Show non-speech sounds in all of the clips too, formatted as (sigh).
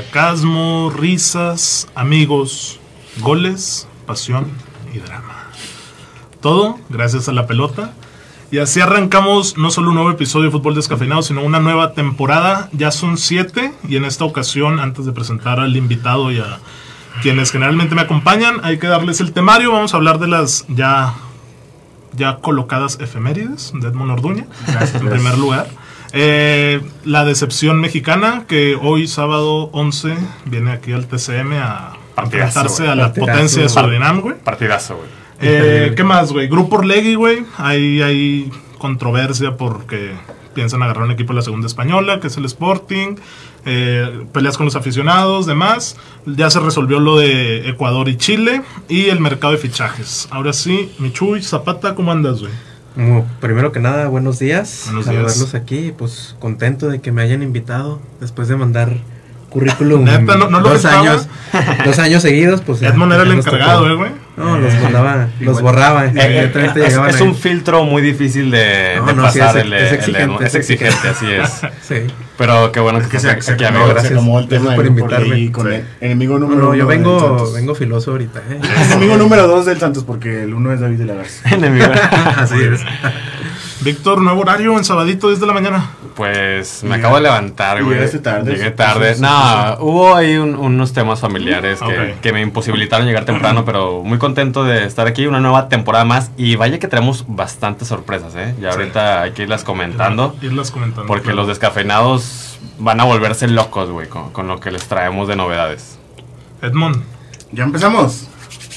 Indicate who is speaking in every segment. Speaker 1: Sarcasmo, risas, amigos, goles, pasión y drama. Todo gracias a la pelota. Y así arrancamos no solo un nuevo episodio de Fútbol Descafeinado, sino una nueva temporada. Ya son siete y en esta ocasión, antes de presentar al invitado y a quienes generalmente me acompañan, hay que darles el temario. Vamos a hablar de las ya, ya colocadas efemérides de Edmond Orduña, en primer lugar. Eh, la decepción mexicana, que hoy sábado 11 viene aquí al TCM a
Speaker 2: Partidazo,
Speaker 1: enfrentarse
Speaker 2: güey.
Speaker 1: a la
Speaker 3: Partidazo.
Speaker 1: potencia eh, de Surinam, güey.
Speaker 2: Partidazo, güey.
Speaker 1: Eh, ¿Qué más, güey? Grupo Orlegui, güey. Ahí hay controversia porque piensan agarrar un equipo de la segunda española, que es el Sporting. Eh, peleas con los aficionados, demás. Ya se resolvió lo de Ecuador y Chile. Y el mercado de fichajes. Ahora sí, Michuy, Zapata, ¿cómo andas, güey?
Speaker 3: Bueno, primero que nada, buenos días.
Speaker 1: Buenos
Speaker 3: Saludarlos
Speaker 1: días.
Speaker 3: aquí, pues contento de que me hayan invitado después de mandar currículum.
Speaker 1: Neta, no- no lo
Speaker 3: dos
Speaker 1: pensaba.
Speaker 3: años, dos años seguidos, pues. ya-
Speaker 1: Edmond era
Speaker 3: ya
Speaker 1: el
Speaker 3: nos
Speaker 1: encargado,
Speaker 3: tocó.
Speaker 1: eh, güey.
Speaker 3: No, los mandaba, los borraba. eh, directamente
Speaker 2: Eh, es,
Speaker 3: llegaban
Speaker 2: es
Speaker 3: ahí.
Speaker 2: un filtro muy difícil de,
Speaker 3: No,
Speaker 2: de
Speaker 3: no, sí,
Speaker 2: pasar.
Speaker 3: es-
Speaker 2: el,
Speaker 3: es
Speaker 2: el-
Speaker 3: exigente,
Speaker 2: el- es
Speaker 3: es exigente.
Speaker 2: exigente, así es.
Speaker 3: Sí.
Speaker 2: Pero qué bueno que, estás aquí, amigo. Gracias. (laughs)
Speaker 3: acabó,
Speaker 4: (laughs)
Speaker 3: gracias.
Speaker 4: como el tema
Speaker 3: Gracias
Speaker 4: del
Speaker 3: por
Speaker 4: grupo
Speaker 3: invitarme.
Speaker 4: Orlegui con el enemigo
Speaker 3: No,
Speaker 4: número
Speaker 3: no, yo
Speaker 4: uno del
Speaker 3: vengo,
Speaker 4: Santos.
Speaker 3: vengo filoso ahorita, eh.
Speaker 4: Enemigo número dos del Santos, porque el uno es David de la Garza.
Speaker 2: Enemigo.
Speaker 3: Así es.
Speaker 1: Víctor, nuevo horario en sabadito 10 de la mañana.
Speaker 2: Pues me
Speaker 4: Llega-
Speaker 2: acabo de levantar, güey.
Speaker 4: llegaste tarde.
Speaker 2: Llegué tarde.
Speaker 4: Sí, sí,
Speaker 2: No, hubo ahí un- unos temas familiares que,
Speaker 1: Ok.
Speaker 2: que me imposibilitaron llegar temprano, pero muy contento de estar aquí. Una nueva temporada más. Y vaya que tenemos bastantes sorpresas, ¿eh? Ya
Speaker 1: Sí.
Speaker 2: ahorita hay que irlas comentando.
Speaker 1: Irlas comentando.
Speaker 2: Porque los descafeinados van a volverse locos, güey, con, con lo que les traemos de novedades.
Speaker 1: Edmond,
Speaker 4: Ya empezamos.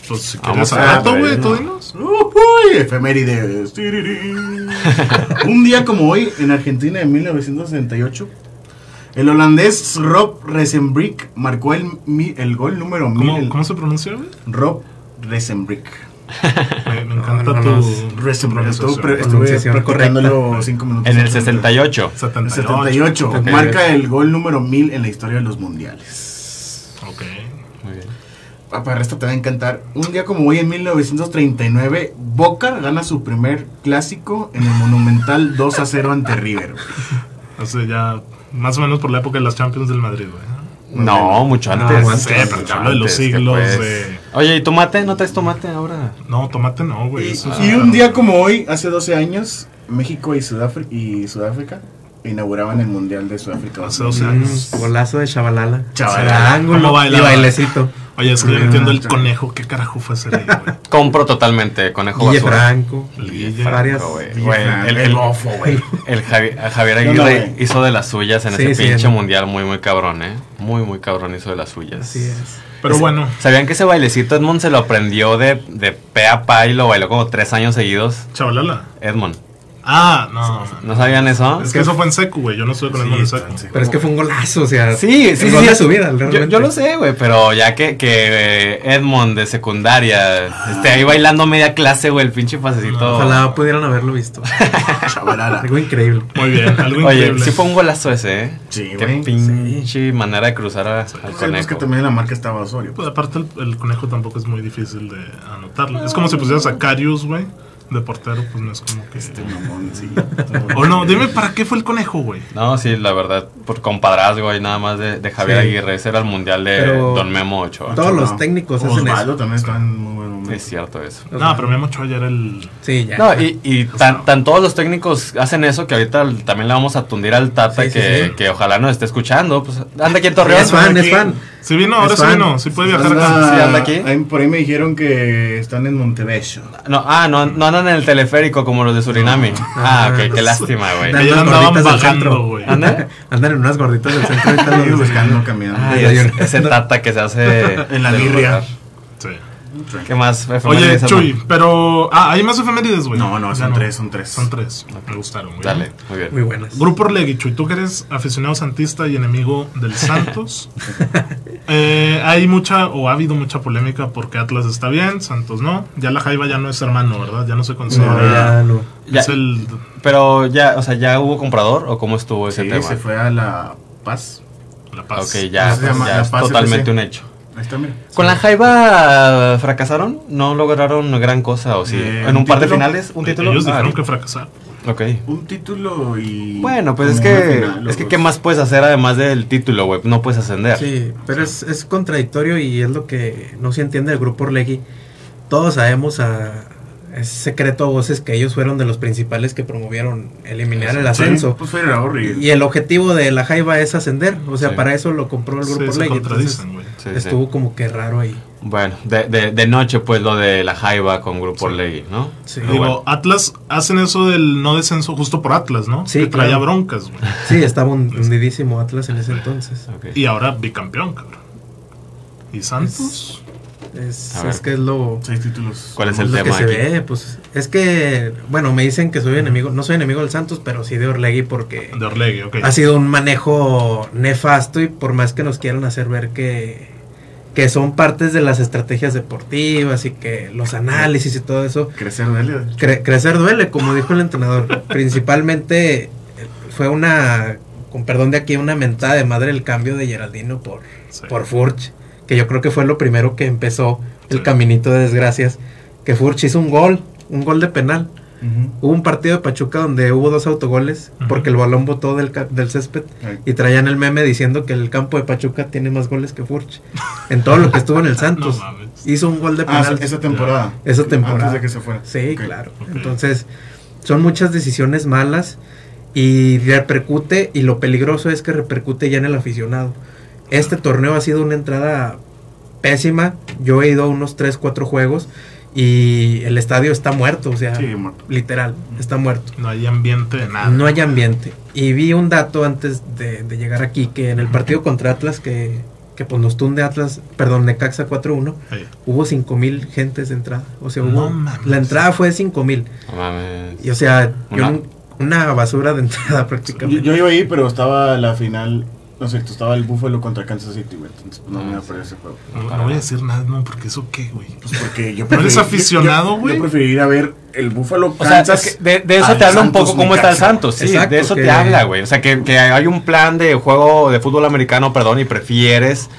Speaker 1: pues si quieres
Speaker 2: Vamos
Speaker 1: al
Speaker 2: a
Speaker 1: rato,
Speaker 2: ver,
Speaker 1: güey, tú
Speaker 2: no.
Speaker 1: dinos.
Speaker 4: Uy, efemérides. Tirirín. Un día como hoy, en Argentina de 1968, el holandés Rob Resenbrink marcó el, mi- el gol número
Speaker 1: ¿Cómo,
Speaker 4: 1000.
Speaker 1: cómo se pronuncia, güey?
Speaker 4: Rob Resenbrink.
Speaker 1: Me, me encanta
Speaker 3: no, no, es
Speaker 1: tu
Speaker 4: Resenbrink.
Speaker 1: pronunciación.
Speaker 4: Estuve, pre- estuve
Speaker 3: Pronunciación
Speaker 4: practicándolo 5 minutos.
Speaker 2: En el 68.
Speaker 1: 78.
Speaker 4: 78.
Speaker 2: Ok.
Speaker 4: Marca el gol número 1000 en la historia de los mundiales.
Speaker 1: Ok.
Speaker 2: Muy bien.
Speaker 4: Para esta te va a encantar. Un día como hoy, en 1939, Boca gana su primer clásico en el Monumental 2 a 0 ante River.
Speaker 1: Hace ya más o menos por la época de las Champions del Madrid, güey.
Speaker 2: No, mucho
Speaker 3: No,
Speaker 2: antes.
Speaker 3: antes,
Speaker 2: Sí, pero
Speaker 1: antes,
Speaker 2: te hablo de los
Speaker 1: que
Speaker 2: siglos
Speaker 1: pues-
Speaker 2: de- Oye, ¿y tomate? ¿No traes tomate ahora?
Speaker 1: No, tomate no, güey.
Speaker 4: Y,
Speaker 1: eso es-
Speaker 4: y un día como hoy, hace 12 años, México y Sudáfrica, y Sudáfrica inauguraban el Mundial de Sudáfrica.
Speaker 1: Hace 12
Speaker 3: Un
Speaker 1: años.
Speaker 3: golazo de chavalala.
Speaker 4: Chabalala.
Speaker 3: Ángulo
Speaker 1: ¿Cómo
Speaker 3: y
Speaker 1: bailaba?
Speaker 3: bailecito.
Speaker 1: Oye, es que yo no
Speaker 4: Ah,
Speaker 1: entiendo el
Speaker 4: ya.
Speaker 1: conejo. ¿Qué carajo fue ese día,
Speaker 2: (laughs)
Speaker 1: güey?
Speaker 2: Compro totalmente conejo
Speaker 3: Guille
Speaker 2: basura.
Speaker 3: Franco.
Speaker 1: Liguilla.
Speaker 3: Varias.
Speaker 2: güey.
Speaker 4: Guille
Speaker 2: Güey,
Speaker 4: Franco,
Speaker 2: el,
Speaker 4: el
Speaker 2: el-
Speaker 4: bofo, (laughs) güey.
Speaker 2: el Javi- a Javier
Speaker 4: No, no,
Speaker 2: Aguirre
Speaker 4: güey.
Speaker 2: hizo de las suyas en
Speaker 3: Sí,
Speaker 2: ese
Speaker 3: sí,
Speaker 2: pinche
Speaker 3: no.
Speaker 2: mundial muy, muy cabrón, ¿eh? Muy, muy cabrón hizo de las suyas.
Speaker 3: Así es.
Speaker 1: Pero
Speaker 2: Es-
Speaker 1: bueno,
Speaker 2: ¿Sabían que ese bailecito Edmond se lo aprendió de, de pe a pa y lo bailó como tres años seguidos?
Speaker 1: chavalala.
Speaker 2: Edmond,
Speaker 1: Ah, no.
Speaker 2: ¿no sabían eso?
Speaker 1: Es que eso fue en secu, güey. Yo no estuve con el
Speaker 4: Sí,
Speaker 1: mundo en
Speaker 4: tan
Speaker 1: secu.
Speaker 4: seco.
Speaker 3: Pero es que fue un golazo, o sea.
Speaker 2: Sí,
Speaker 3: el
Speaker 2: sí, sí.
Speaker 3: gol
Speaker 2: sí.
Speaker 3: de su vida,
Speaker 2: yo,
Speaker 3: realmente.
Speaker 2: yo lo sé, güey, pero ya que, que eh, Edmond de secundaria esté ahí bailando media clase, güey, el pinche pasecito.
Speaker 3: Ojalá pudieran haberlo visto.
Speaker 1: (laughs)
Speaker 4: Chabalala.
Speaker 3: Algo increíble.
Speaker 1: Muy bien, algo
Speaker 2: Oye,
Speaker 1: increíble.
Speaker 2: sí fue un golazo ese, ¿eh?
Speaker 4: Sí,
Speaker 2: Qué
Speaker 4: güey,
Speaker 2: pinche manera de cruzar a- al
Speaker 4: Sí, pues
Speaker 2: conejo.
Speaker 4: que también en la marca estaba Osorio.
Speaker 1: Pues aparte, el, el conejo tampoco es muy difícil de anotarlo. Es como si pusieras a Carius, güey, de portero, pues no es como que.
Speaker 4: Este mamón, sí.
Speaker 1: O no, dime para qué fue el conejo, güey.
Speaker 2: No, sí, la verdad, por compadrazgo y nada más de, de Javier
Speaker 3: Sí.
Speaker 2: Aguirre. Ese era el mundial de
Speaker 3: Pero-
Speaker 2: Don Memo Ochoa.
Speaker 3: Todos
Speaker 4: No.
Speaker 3: los técnicos hacen
Speaker 4: Osvaldo
Speaker 3: eso.
Speaker 4: también está en muy buen momento.
Speaker 2: Es cierto eso.
Speaker 3: O
Speaker 1: No,
Speaker 3: sea,
Speaker 1: pero Memo Ochoa ya era el.
Speaker 3: Sí, ya.
Speaker 2: No, y, y tan, tan todos los técnicos hacen eso que ahorita l- también le vamos a tundir al Tata
Speaker 3: Sí, sí,
Speaker 2: que,
Speaker 3: sí.
Speaker 2: que ojalá nos esté escuchando. Pues anda aquí en
Speaker 3: Sí,
Speaker 2: Torreón.
Speaker 3: es fan, es
Speaker 4: aquí.
Speaker 3: fan.
Speaker 1: Si vino, ahora
Speaker 3: Es
Speaker 1: sí
Speaker 3: fan.
Speaker 1: vino. Sí puede viajar acá.
Speaker 4: Anda-
Speaker 2: Sí, anda aquí.
Speaker 4: ahí- por ahí me dijeron que están en Montebello.
Speaker 2: No, ah, no, no andan en el teleférico como los de Suriname. Ah,
Speaker 4: (laughs)
Speaker 2: ok, qué lástima, güey.
Speaker 1: Ahí
Speaker 3: Andan
Speaker 1: andaban
Speaker 3: gorditas del
Speaker 1: vagando,
Speaker 3: centro.
Speaker 1: güey.
Speaker 2: ¿Anda?
Speaker 3: Andan en unas gorditas del centro
Speaker 4: (laughs)
Speaker 3: ahorita
Speaker 4: Están
Speaker 3: los
Speaker 4: buscando caminando.
Speaker 2: Ay, es- ese Tata que se hace.
Speaker 4: (laughs) En la birria.
Speaker 1: Sí.
Speaker 2: ¿Qué más?
Speaker 1: Oye,
Speaker 2: efemérides,
Speaker 1: Chuy,
Speaker 2: hermano?
Speaker 1: pero. Ah, hay más efemérides, güey.
Speaker 4: No, Pues, no,
Speaker 1: Ya
Speaker 4: son tres, son tres.
Speaker 1: Son tres. Me gustaron, güey.
Speaker 2: Dale, muy bien.
Speaker 3: Muy buenas.
Speaker 1: Grupo Orlegui, Chuy, tú que eres aficionado santista y enemigo
Speaker 3: (laughs)
Speaker 1: del Santos. eh, hay mucha, o ha habido mucha polémica porque Atlas está bien, Santos no. Ya la Jaiba ya no es hermano, ¿verdad? Ya no se
Speaker 3: No,
Speaker 1: considera.
Speaker 3: ya no.
Speaker 2: Ya,
Speaker 1: Es el.
Speaker 2: Pero ya, o sea, ¿ya hubo comprador o cómo estuvo ese
Speaker 4: Sí,
Speaker 2: tema?
Speaker 4: se fue a La Paz.
Speaker 1: La paz.
Speaker 2: Ok, ya,
Speaker 4: Se llama
Speaker 2: ya
Speaker 4: La
Speaker 2: es
Speaker 4: Paz
Speaker 2: totalmente
Speaker 4: FC.
Speaker 2: un hecho.
Speaker 4: Ahí está, mira.
Speaker 2: ¿Con la Jaiba fracasaron? ¿No lograron gran cosa o sí?
Speaker 4: Eh,
Speaker 2: ¿En un,
Speaker 4: ¿un
Speaker 2: par de
Speaker 4: título?
Speaker 2: finales? ¿Un título?
Speaker 1: Ellos
Speaker 2: Ah,
Speaker 1: dijeron que fracasaron.
Speaker 2: Ok.
Speaker 4: Un título y.
Speaker 2: Bueno, pues es
Speaker 4: como una
Speaker 2: que,
Speaker 4: final,
Speaker 2: es que
Speaker 4: los
Speaker 2: ¿qué
Speaker 4: dos.
Speaker 2: más puedes hacer además del título, güey? No puedes ascender.
Speaker 3: Sí, pero es, es contradictorio y es lo que no se entiende del grupo Orlegi. Todos sabemos a es secreto a voces que ellos fueron de los principales que promovieron eliminar el
Speaker 4: Sí,
Speaker 3: ascenso.
Speaker 4: pues era horrible.
Speaker 3: Y el objetivo de la Jaiba es ascender, o sea,
Speaker 2: Sí.
Speaker 3: para eso lo compró el grupo
Speaker 1: Se, se
Speaker 3: Orlegi. entonces
Speaker 1: contradicen, güey.
Speaker 2: Sí, sí.
Speaker 3: estuvo como que raro ahí.
Speaker 2: Bueno, de, de- de noche, pues lo de la jaiba con Grupo Orlegui, ¿no?
Speaker 3: Sí.
Speaker 2: Pero
Speaker 1: Digo,
Speaker 2: bueno.
Speaker 1: Atlas hacen eso del no descenso justo por Atlas, ¿no?
Speaker 3: Sí,
Speaker 1: que traía
Speaker 3: claro.
Speaker 1: broncas, güey.
Speaker 3: Sí, estaba un hundidísimo Atlas en ese entonces.
Speaker 2: Ok.
Speaker 1: Y ahora bicampeón, cabrón. ¿Y Santos?
Speaker 3: Es,
Speaker 2: A ver.
Speaker 3: es que es lo,
Speaker 4: Seis títulos.
Speaker 2: ¿Cuál es
Speaker 3: pues,
Speaker 2: el
Speaker 3: lo que
Speaker 2: tema
Speaker 3: se
Speaker 2: aquí?
Speaker 3: ve. Pues, es que, bueno, me dicen que soy enemigo, no soy enemigo del Santos, pero sí de Orlegi porque
Speaker 2: Pues,
Speaker 1: De Orlegui, ok.
Speaker 3: ha sido un manejo nefasto y por más que nos quieran hacer ver que, que son partes de las estrategias deportivas y que los análisis y todo eso,
Speaker 4: Crecer duele.
Speaker 3: cre- crecer duele, como dijo el entrenador. Principalmente eh, fue una, con perdón de aquí, una mentada de madre el cambio de Geraldino por,
Speaker 1: Sí.
Speaker 3: por Furch, que yo creo que fue lo primero que empezó el
Speaker 1: Sí.
Speaker 3: caminito de desgracias, que Furch hizo un gol, un gol de penal. Hubo un partido de Pachuca donde hubo dos autogoles
Speaker 1: Ujú.
Speaker 3: porque el balón botó del, ca- del césped y traían el meme diciendo que el campo de Pachuca tiene más goles que Furch en todo lo que estuvo en el
Speaker 1: (laughs) No
Speaker 3: Santos.
Speaker 1: mames.
Speaker 3: Hizo un gol de
Speaker 4: Ah,
Speaker 3: este penal.
Speaker 4: esa temporada.
Speaker 3: Esa temporada.
Speaker 4: Antes de que se fuera.
Speaker 3: Sí,
Speaker 4: Ok.
Speaker 3: claro.
Speaker 1: ok.
Speaker 3: Entonces, son muchas decisiones malas y repercute, y lo peligroso es que repercute ya en el aficionado. Este torneo ha sido una entrada pésima. Yo he ido a unos 3, 4 juegos y el estadio está muerto, o sea,
Speaker 4: Sí, muerto.
Speaker 3: literal, está muerto.
Speaker 1: No hay ambiente de nada.
Speaker 3: No hay ambiente. Y vi un dato antes de, de llegar aquí, que en el partido contra Atlas, que, que pues nos tunde Atlas, perdón, Necaxa 4-1,
Speaker 1: Sí.
Speaker 3: hubo 5.000 gentes de entrada. O sea, hubo,
Speaker 1: No mames.
Speaker 3: la entrada fue de 5.000.
Speaker 2: No mames.
Speaker 3: Y o sea, yo
Speaker 2: Una-
Speaker 3: un- una basura de (laughs) entrada
Speaker 4: Yo,
Speaker 3: prácticamente.
Speaker 4: yo iba ahí, pero estaba la final. No sé, estaba el Búfalo contra Kansas City, güey. Entonces, pues, no me iba a perder ese juego.
Speaker 1: No, no voy a decir nada, no, porque eso qué, güey.
Speaker 4: Pues porque yo
Speaker 1: ¿No eres
Speaker 4: preferí- yo-
Speaker 1: aficionado,
Speaker 4: yo-
Speaker 1: güey?
Speaker 4: Yo preferí ir a ver el Búfalo
Speaker 2: O sea,
Speaker 4: Kansas.
Speaker 2: es que de, de eso
Speaker 4: al
Speaker 2: te habla un poco
Speaker 4: Santos
Speaker 2: cómo está el
Speaker 4: Necaxa.
Speaker 2: Santos. Sí,
Speaker 3: Exacto,
Speaker 2: de eso
Speaker 3: que-
Speaker 2: te habla, güey. O sea, que, que hay un plan de juego de fútbol americano, perdón, y prefieres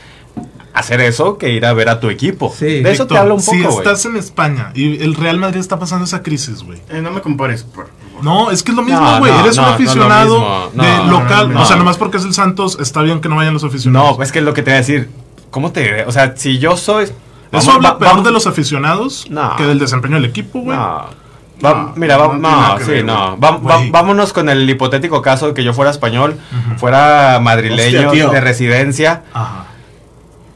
Speaker 2: hacer eso que ir a ver a tu equipo.
Speaker 3: Sí.
Speaker 2: de eso
Speaker 1: Víctor,
Speaker 2: te habla un poco,
Speaker 1: Si
Speaker 2: güey.
Speaker 1: estás en España y el Real Madrid está pasando esa crisis, güey.
Speaker 4: Eh, no me compares, por favor.
Speaker 1: No, es que es lo mismo,
Speaker 2: No,
Speaker 1: güey.
Speaker 2: no,
Speaker 1: Eres un
Speaker 2: no, no es lo
Speaker 1: aficionado
Speaker 2: mismo. No,
Speaker 1: de
Speaker 2: no,
Speaker 1: local.
Speaker 4: no, no.
Speaker 1: O sea, nomás porque es el Santos, está bien que no vayan los aficionados.
Speaker 2: No, pues, es que es lo que te voy a decir. ¿Cómo te diré? O sea, si yo soy...
Speaker 1: Eso
Speaker 2: vamos-
Speaker 1: habla
Speaker 2: va-
Speaker 1: peor
Speaker 2: vamos-
Speaker 1: de los aficionados
Speaker 2: No.
Speaker 1: que del desempeño del equipo, güey.
Speaker 2: No. Va-
Speaker 4: No,
Speaker 2: mira,
Speaker 4: no
Speaker 2: va-
Speaker 4: tiene
Speaker 2: no,
Speaker 4: nada que
Speaker 2: sí,
Speaker 4: ver,
Speaker 2: no. Va- va-
Speaker 1: Güey.
Speaker 2: vámonos con el hipotético caso de que yo fuera español,
Speaker 1: Ujú.
Speaker 2: fuera madrileño
Speaker 4: Hostia, tío.
Speaker 2: de residencia.
Speaker 1: Ajá.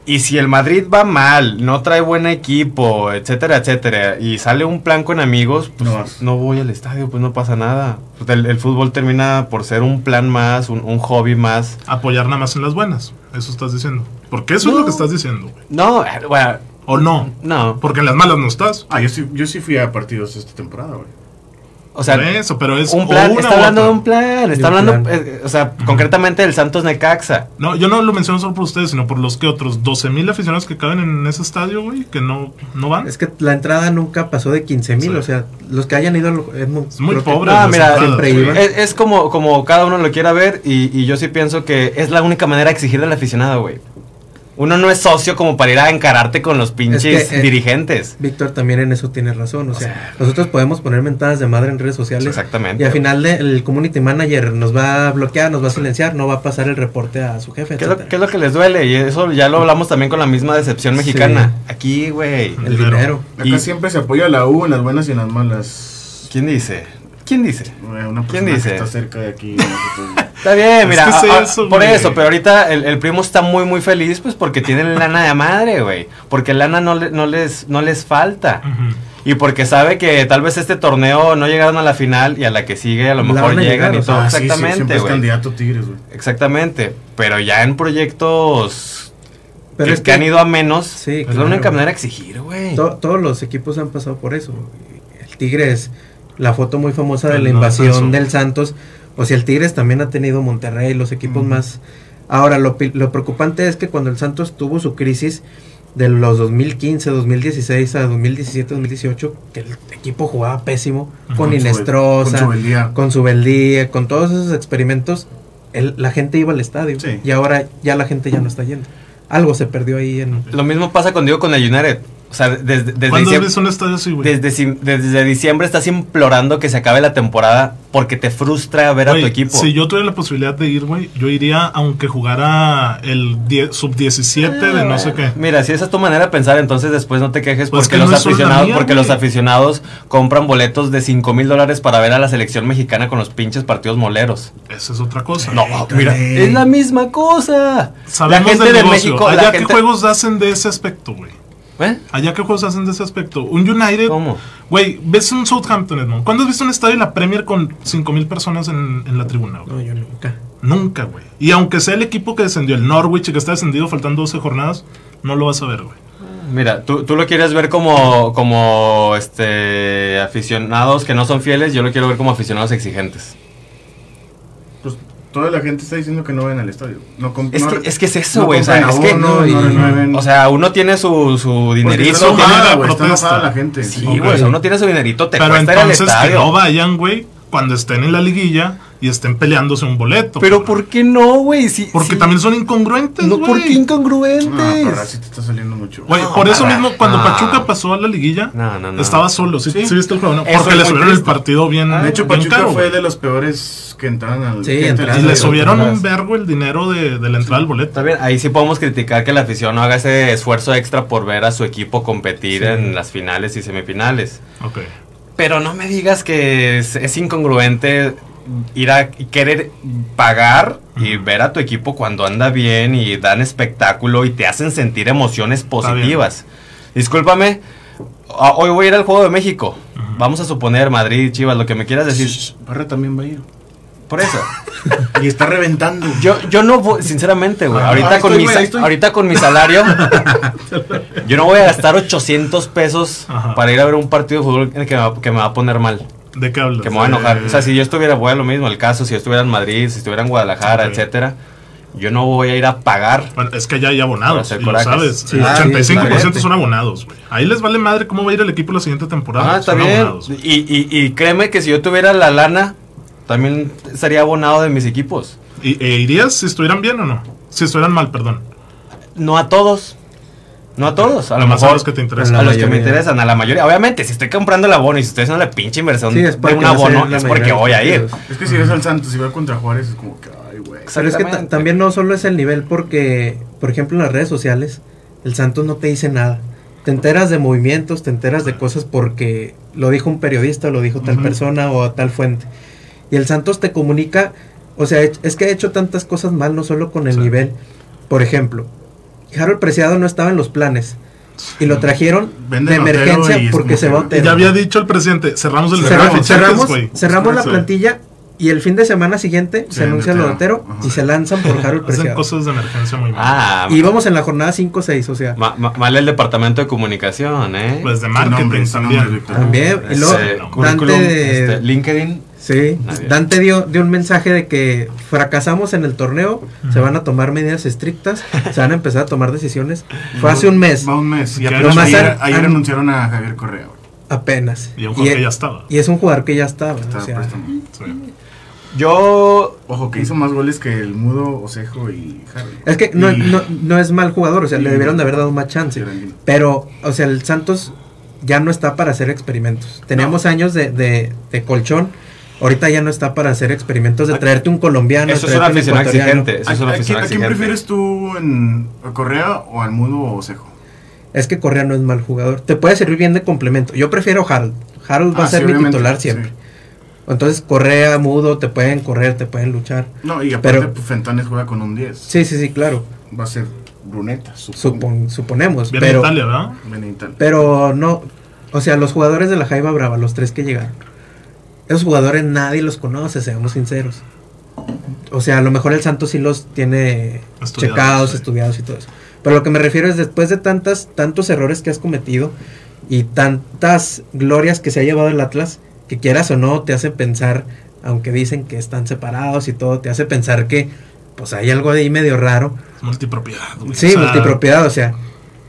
Speaker 2: Y si el Madrid va mal, no trae buen equipo, etcétera, etcétera, y sale un plan con amigos, pues
Speaker 4: No
Speaker 2: no,
Speaker 4: vas.
Speaker 2: voy al estadio, pues no pasa nada. Pues el, el fútbol termina por ser un plan más, un, un hobby más.
Speaker 1: Apoyar nada más en las buenas. Eso estás diciendo. Porque eso es lo
Speaker 2: No.
Speaker 1: que estás diciendo, güey.
Speaker 2: No, eh, bueno,
Speaker 1: O no.
Speaker 2: no.
Speaker 1: Porque en las malas no estás.
Speaker 4: Ah, yo sí, yo sí fui a partidos esta temporada, güey.
Speaker 2: O sea,
Speaker 1: Por eso, pero es
Speaker 2: un
Speaker 1: o
Speaker 2: plan,
Speaker 1: una
Speaker 2: está
Speaker 1: u
Speaker 2: hablando de
Speaker 1: otra.
Speaker 2: un plan,
Speaker 3: De un
Speaker 2: está hablando,
Speaker 3: plan.
Speaker 2: eh, o sea, concretamente del Santos Necaxa.
Speaker 1: No, yo no lo menciono solo por ustedes, sino por los que otros 12.000 aficionados que caben en ese estadio, güey, que no, no van.
Speaker 3: Es que la entrada nunca pasó de 15 mil,
Speaker 1: Sí.
Speaker 3: o sea, los que hayan ido a Edmund.
Speaker 1: Es muy pobre.
Speaker 2: Ah,
Speaker 1: las
Speaker 2: mira,
Speaker 1: entradas,
Speaker 3: siempre
Speaker 1: güey.
Speaker 3: iban.
Speaker 2: Es, es como, como cada uno lo quiera ver y, y yo sí pienso que es la única manera de exigir al aficionado, güey. Uno no es socio como para ir a encararte con los pinches
Speaker 3: Es que, eh,
Speaker 2: dirigentes.
Speaker 3: Víctor también en eso tiene razón, o sea, nosotros podemos poner mentadas de madre en redes sociales.
Speaker 2: Exactamente.
Speaker 3: Y al final de- el community manager nos va a bloquear, nos va a silenciar, no va a pasar el reporte a su jefe.
Speaker 2: ¿Qué es, lo,
Speaker 3: etcétera.
Speaker 2: qué es lo que les duele? Y eso ya lo hablamos también con la misma decepción mexicana. Aquí, güey.
Speaker 3: El
Speaker 1: Dinero.
Speaker 3: dinero.
Speaker 4: Acá
Speaker 2: Y-
Speaker 4: siempre se apoya a la U en las buenas y en las malas.
Speaker 2: ¿Quién dice? ¿Quién dice?
Speaker 4: Güey, Una persona
Speaker 2: ¿Quién dice?
Speaker 4: que está cerca de aquí. (laughs) nosotros, güey.
Speaker 2: Está bien,
Speaker 1: Es
Speaker 2: mira.
Speaker 1: que es
Speaker 2: a- a-
Speaker 1: eso,
Speaker 2: por
Speaker 1: güey.
Speaker 2: eso, pero ahorita el, el primo está muy, muy feliz, pues porque tienen lana de madre, güey. Porque lana no, le- no, les, no les falta.
Speaker 1: Ujú.
Speaker 2: Y porque sabe que tal vez este torneo no llegaron a la final y a la que sigue a lo
Speaker 3: La
Speaker 2: mejor
Speaker 3: van a
Speaker 2: llegan
Speaker 3: llegar,
Speaker 2: y
Speaker 3: o sea,
Speaker 2: todo.
Speaker 4: Ah, sí, sí,
Speaker 2: Exactamente,
Speaker 4: siempre es
Speaker 2: güey.
Speaker 4: candidato Tigres, güey.
Speaker 2: Exactamente. Pero ya en proyectos
Speaker 3: Pero
Speaker 2: que,
Speaker 3: es
Speaker 2: que
Speaker 3: que
Speaker 2: han ido a menos,
Speaker 3: Sí,
Speaker 2: es
Speaker 3: claro.
Speaker 2: la única manera de exigir, güey.
Speaker 3: to- todos los equipos han pasado por eso. El Tigres, la foto muy famosa de
Speaker 1: El
Speaker 3: la
Speaker 1: no
Speaker 3: invasión
Speaker 1: ascenso.
Speaker 3: del Santos. O sea, el Tigres también ha tenido Monterrey, los equipos más. Ahora, lo, pi- lo preocupante es que cuando el Santos tuvo su crisis de los 2015, 2016 a 2017, 2018, que el equipo jugaba pésimo, con
Speaker 4: Con su-
Speaker 3: Inestrosa,
Speaker 4: Con su beldía.
Speaker 3: con su beldía, con todos esos experimentos, el- la gente iba al estadio
Speaker 4: Sí.
Speaker 3: y ahora ya la gente ya no está yendo. Algo se perdió ahí en...
Speaker 2: Lo mismo pasa con Diego con el United. O sea, desde, desde,
Speaker 1: ¿Cuándo has
Speaker 2: diciembre,
Speaker 1: visto un estadio así, güey?
Speaker 2: desde si- desde diciembre estás implorando que se acabe la temporada porque te frustra ver a
Speaker 1: Güey,
Speaker 2: tu equipo.
Speaker 1: Si yo tuviera la posibilidad de ir, güey, yo iría aunque jugara el die- sub-17 de no sé qué.
Speaker 2: Mira, si esa es tu manera de pensar, entonces después no te quejes
Speaker 1: Pues
Speaker 2: porque,
Speaker 1: que no
Speaker 2: los,
Speaker 1: es solo la
Speaker 2: aficionados,
Speaker 1: mía,
Speaker 2: porque
Speaker 1: güey.
Speaker 2: los aficionados compran boletos de 5 mil dólares para ver a la selección mexicana con los pinches partidos moleros.
Speaker 1: Esa es otra cosa.
Speaker 2: No, mira,
Speaker 4: Ándale.
Speaker 2: es la misma cosa.
Speaker 1: Eh. Sabemos
Speaker 2: la gente
Speaker 1: del
Speaker 2: de
Speaker 1: negocio.
Speaker 2: México,
Speaker 1: Allá
Speaker 2: la
Speaker 1: qué
Speaker 2: gente...
Speaker 1: juegos hacen de ese aspecto, güey.
Speaker 2: ¿Eh?
Speaker 1: Allá qué juegos hacen de ese aspecto. Un United.
Speaker 2: ¿Cómo?
Speaker 1: Güey, ves un Southampton, Edmond. ¿Cuándo has visto un estadio de la Premier con 5000 personas en, en la tribuna, güey?
Speaker 3: No, yo nunca.
Speaker 1: Nunca, güey. Y aunque sea el equipo que descendió, el Norwich, que está descendido faltando 12 jornadas, no lo vas a ver, güey.
Speaker 2: Mira, tú, tú lo quieres ver como, como este, aficionados que no son fieles, yo lo quiero ver como aficionados exigentes.
Speaker 4: Pues toda la gente está diciendo que no vayan al estadio. No comp-
Speaker 2: Es,
Speaker 4: no
Speaker 2: que,
Speaker 4: re-
Speaker 2: es que es eso,
Speaker 4: no
Speaker 2: güey. o sea,
Speaker 4: compren
Speaker 2: es que,
Speaker 4: abono,
Speaker 3: y-
Speaker 4: no renueven.
Speaker 2: o sea, uno tiene su, su
Speaker 4: Porque está
Speaker 2: dinerito. tiene-
Speaker 4: enojada,
Speaker 1: la
Speaker 4: güey, está
Speaker 1: protesta.
Speaker 4: enojada la gente.
Speaker 2: Sí,
Speaker 4: Ok.
Speaker 2: güey, o sea, uno tiene su dinerito, te
Speaker 1: Pero
Speaker 2: cuesta ir al
Speaker 1: entonces que no
Speaker 2: estadio.
Speaker 1: vayan, güey, cuando estén en la liguilla y estén peleándose un boleto.
Speaker 2: Pero
Speaker 1: cabrón.
Speaker 2: ¿por qué no, güey? Si-
Speaker 1: Porque
Speaker 2: si-
Speaker 1: también son incongruentes,
Speaker 2: No,
Speaker 1: güey.
Speaker 2: ¿por qué incongruentes?
Speaker 4: No, pero ahora sí te está saliendo mucho.
Speaker 1: Güey,
Speaker 2: No,
Speaker 1: por eso
Speaker 2: para-
Speaker 1: mismo, cuando
Speaker 2: no.
Speaker 1: Pachuca pasó a la liguilla,
Speaker 2: No, no, no.
Speaker 1: estaba solo. ¿Sí,
Speaker 4: Sí.
Speaker 1: sí viste el juego? No,
Speaker 2: Eso
Speaker 1: porque
Speaker 2: es
Speaker 1: le
Speaker 2: muy
Speaker 1: subieron el
Speaker 2: triste. Ah,
Speaker 1: partido bien.
Speaker 4: de hecho,
Speaker 1: bien
Speaker 4: Pachuca
Speaker 1: caro,
Speaker 4: fue
Speaker 1: güey.
Speaker 4: de los peores que entraron al.
Speaker 3: Sí,
Speaker 4: que
Speaker 3: entraron.
Speaker 1: Y
Speaker 4: al
Speaker 1: le
Speaker 3: Sí,
Speaker 4: estadio.
Speaker 1: subieron
Speaker 2: otra vez.
Speaker 1: un vergo el dinero de, de la entrada al boleto.
Speaker 2: Está bien, ahí sí podemos criticar que la afición no haga ese esfuerzo extra por ver a su equipo competir
Speaker 3: Sí.
Speaker 2: en las finales y semifinales.
Speaker 1: Ok.
Speaker 2: Pero no me digas que es, es incongruente ir a querer pagar y ver a tu equipo cuando anda bien y dan espectáculo y te hacen sentir emociones
Speaker 1: bien.
Speaker 2: positivas. Discúlpame, a- hoy voy a ir al Juego de México. Vamos a suponer Madrid, Chivas, lo que me quieras decir.
Speaker 4: Barra también va a ir.
Speaker 2: Por eso.
Speaker 4: Y está reventando.
Speaker 2: Yo, yo no voy, sinceramente, güey.
Speaker 4: Ah,
Speaker 2: Ahorita,
Speaker 4: ahí
Speaker 2: con
Speaker 4: estoy,
Speaker 2: mi,
Speaker 4: güey,
Speaker 2: sa-
Speaker 4: ahí estoy.
Speaker 2: ahorita con mi
Speaker 4: (laughs)
Speaker 2: salario, yo no voy a gastar 800 pesos
Speaker 1: Ajá.
Speaker 2: para ir a ver un partido de fútbol que me va- que me va a poner mal.
Speaker 1: ¿De qué hablas?
Speaker 2: Que me voy a enojar.
Speaker 1: Eh,
Speaker 2: O sea, si yo estuviera, voy a lo mismo. El caso, si yo estuviera en Madrid, si estuviera en Guadalajara,
Speaker 1: Ok.
Speaker 2: etcétera, yo no voy a ir a pagar.
Speaker 1: bueno, es que ya hay abonados,
Speaker 2: Para hacer
Speaker 1: y lo
Speaker 2: corajes.
Speaker 1: sabes.
Speaker 3: Sí,
Speaker 1: el
Speaker 3: ah, sí,
Speaker 1: 85%
Speaker 2: claramente.
Speaker 1: son abonados, güey. Ahí les vale madre cómo va a ir el equipo la siguiente temporada.
Speaker 2: Ah, está
Speaker 1: Son
Speaker 2: bien.
Speaker 1: abonados, güey.
Speaker 2: Y, y, y créeme que si yo tuviera la lana, también estaría abonado de mis equipos.
Speaker 1: ¿Y, e irías si estuvieran bien o no? Si estuvieran mal, perdón.
Speaker 2: No a todos. No a todos. A lo
Speaker 1: Nomás a
Speaker 2: mejor.
Speaker 1: los que te
Speaker 3: a
Speaker 1: interesan.
Speaker 3: la
Speaker 2: a los que me
Speaker 3: mayoría.
Speaker 2: interesan, a la mayoría. Obviamente, si estoy comprando el abono y si estoy haciendo la pinche inversión
Speaker 3: Sí, es
Speaker 2: de
Speaker 3: porque
Speaker 2: un
Speaker 3: va a ser
Speaker 2: abono,
Speaker 3: la
Speaker 2: es
Speaker 3: mayoría
Speaker 2: porque
Speaker 3: de los
Speaker 2: voy a ir.
Speaker 3: partidos.
Speaker 4: Es que si ves al Santos y va contra Juárez, es como que, ay, güey.
Speaker 3: Pero es que ta-
Speaker 2: Exactamente.
Speaker 3: también no solo es el nivel, porque, por ejemplo, en las redes sociales, el Santos no te dice nada. Te enteras de movimientos, te enteras de cosas porque lo dijo un periodista, o lo dijo tal
Speaker 1: Ujú.
Speaker 3: persona o tal fuente. Y el Santos te comunica, o sea, es es que ha hecho tantas cosas mal, no solo con el
Speaker 1: Sí.
Speaker 3: nivel. Por ejemplo, Harold Preciado no estaba en los planes y lo trajeron
Speaker 4: Vende
Speaker 3: de
Speaker 4: a Otero
Speaker 3: emergencia
Speaker 4: y es
Speaker 3: porque
Speaker 4: como
Speaker 3: se
Speaker 4: que-
Speaker 3: va a
Speaker 4: Y
Speaker 1: Y
Speaker 3: Otero.
Speaker 1: ya había dicho el presidente, cerramos el mercado de
Speaker 3: Cerramos,
Speaker 1: fichajes,
Speaker 3: cerramos,
Speaker 1: pues, güey.
Speaker 3: cerramos la
Speaker 1: Sí.
Speaker 3: plantilla y el fin de semana siguiente se
Speaker 4: Sí,
Speaker 3: anuncia lo de
Speaker 4: Otero.
Speaker 3: Otero y
Speaker 4: Ajá.
Speaker 3: se lanzan
Speaker 1: (laughs)
Speaker 3: por Harold
Speaker 1: Hacen
Speaker 3: Preciado.
Speaker 1: cosas de emergencia muy mal.
Speaker 2: Ah,
Speaker 3: Y vamos en la jornada 5-6, o sea,
Speaker 2: ma- ma- mal el departamento de comunicación, ¿eh?
Speaker 1: Pues de
Speaker 4: Sin
Speaker 1: marketing
Speaker 4: nombre, sin
Speaker 1: también.
Speaker 4: nombre, Víctor.
Speaker 3: también. Y luego,
Speaker 2: Ese
Speaker 1: Dante-
Speaker 2: currículum, este, LinkedIn.
Speaker 3: sí,
Speaker 2: Ah, bien.
Speaker 3: Dante dio, dio un mensaje de que fracasamos en el torneo, se van a tomar
Speaker 1: (laughs)
Speaker 3: medidas estrictas, se van a empezar a tomar decisiones. Fue hace un mes,
Speaker 4: Va un mes. Y
Speaker 1: Ya
Speaker 4: apenas
Speaker 1: nomás
Speaker 4: ayer,
Speaker 3: han-
Speaker 4: ayer
Speaker 3: han-
Speaker 4: anunciaron a Javier Correa. güey.
Speaker 3: apenas.
Speaker 1: Y un juego
Speaker 3: e-
Speaker 1: que ya estaba.
Speaker 3: y es un jugador que ya estaba.
Speaker 4: Está
Speaker 3: o sea,
Speaker 4: préstamo.
Speaker 1: Sí.
Speaker 2: Yo.
Speaker 4: Ojo, que hizo más goles que el Mudo, Osejo y Harry.
Speaker 3: es que no,
Speaker 4: Y-
Speaker 3: no- no es mal jugador, o sea, le
Speaker 4: y-
Speaker 3: debieron de haber dado más chance.
Speaker 4: Geraldino.
Speaker 3: Pero, o sea, el Santos ya no está para hacer experimentos. Teníamos años de, de- de colchón. Ahorita ya no está para hacer experimentos
Speaker 4: Ah,
Speaker 3: de traerte un colombiano.
Speaker 2: Eso es una
Speaker 3: traerte
Speaker 2: afición
Speaker 3: ecuatoriano.
Speaker 2: exigente. Eso
Speaker 4: ¿A,
Speaker 2: es una
Speaker 4: a quién,
Speaker 2: afición
Speaker 4: a quién
Speaker 2: exigente.
Speaker 4: prefieres tú, en, a Correa o al Mudo Osejo?
Speaker 3: Es que Correa no es mal jugador. Te puede servir bien de complemento. Yo prefiero Harold. Harold va
Speaker 4: Ah,
Speaker 3: a ser
Speaker 4: sí,
Speaker 3: mi
Speaker 4: obviamente,
Speaker 3: titular
Speaker 4: sí.
Speaker 3: siempre. Entonces Correa, Mudo, te pueden correr, te pueden luchar.
Speaker 4: No, y aparte
Speaker 3: Pero-
Speaker 4: pues, Fentanes juega con un 10.
Speaker 3: Sí, sí, sí, claro.
Speaker 4: Va a ser Bruneta, supongo.
Speaker 3: Supon- suponemos.
Speaker 1: Viene
Speaker 3: Pero,
Speaker 1: Italia, ¿verdad?
Speaker 4: Benedictán.
Speaker 3: pero no. O sea, los jugadores de la Jaiba Brava, los tres que llegaron. Esos jugadores nadie los conoce, seamos sinceros. O sea, a lo mejor el Santos sí los tiene
Speaker 1: Estudiados,
Speaker 3: checados,
Speaker 1: sí.
Speaker 3: estudiados y todo eso. Pero lo que me refiero es después de tantas, tantos errores que has cometido y tantas glorias que se ha llevado el Atlas, que quieras o no, te hace pensar, aunque dicen que están separados y todo, te hace pensar que pues hay algo ahí medio raro.
Speaker 1: Es multipropiedad, güey.
Speaker 3: Sí,
Speaker 1: O sea,
Speaker 3: multipropiedad, o sea,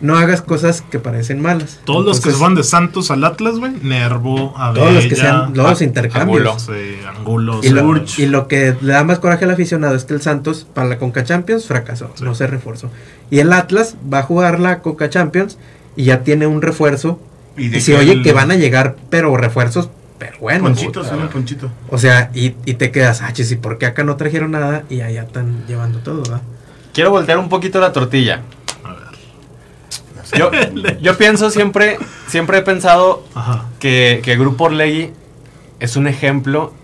Speaker 3: no hagas cosas que parecen malas.
Speaker 1: Todos los que se
Speaker 3: Entonces,
Speaker 1: van de Santos al Atlas, güey. Nervo, Abella.
Speaker 3: todos los que sean los
Speaker 2: a-
Speaker 3: intercambios.
Speaker 2: Angulo.
Speaker 1: Sí, Angulo,
Speaker 3: Y lo,
Speaker 1: Surge.
Speaker 3: y lo que le da más coraje al aficionado es que el Santos para la Conca Champions fracasó,
Speaker 1: Sí.
Speaker 3: no se reforzó. Y el Atlas va a jugar la Coca Champions y ya tiene un refuerzo.
Speaker 4: Y
Speaker 3: Y,
Speaker 4: de
Speaker 3: se
Speaker 4: que
Speaker 3: oye
Speaker 4: el-
Speaker 3: que van a llegar, pero refuerzos, pero bueno.
Speaker 4: Ponchito,
Speaker 3: puta.
Speaker 4: suena
Speaker 3: (laughs)
Speaker 4: Ponchito.
Speaker 3: O sea, y, y te quedas, ah, chis, ¿y por qué acá no trajeron nada? Y allá están llevando todo, ¿verdad?
Speaker 2: Quiero voltear un poquito la tortilla.
Speaker 4: (laughs)
Speaker 2: Yo, yo pienso siempre, siempre he pensado
Speaker 1: Ajá.
Speaker 2: que, que Grupo Orlegui es un ejemplo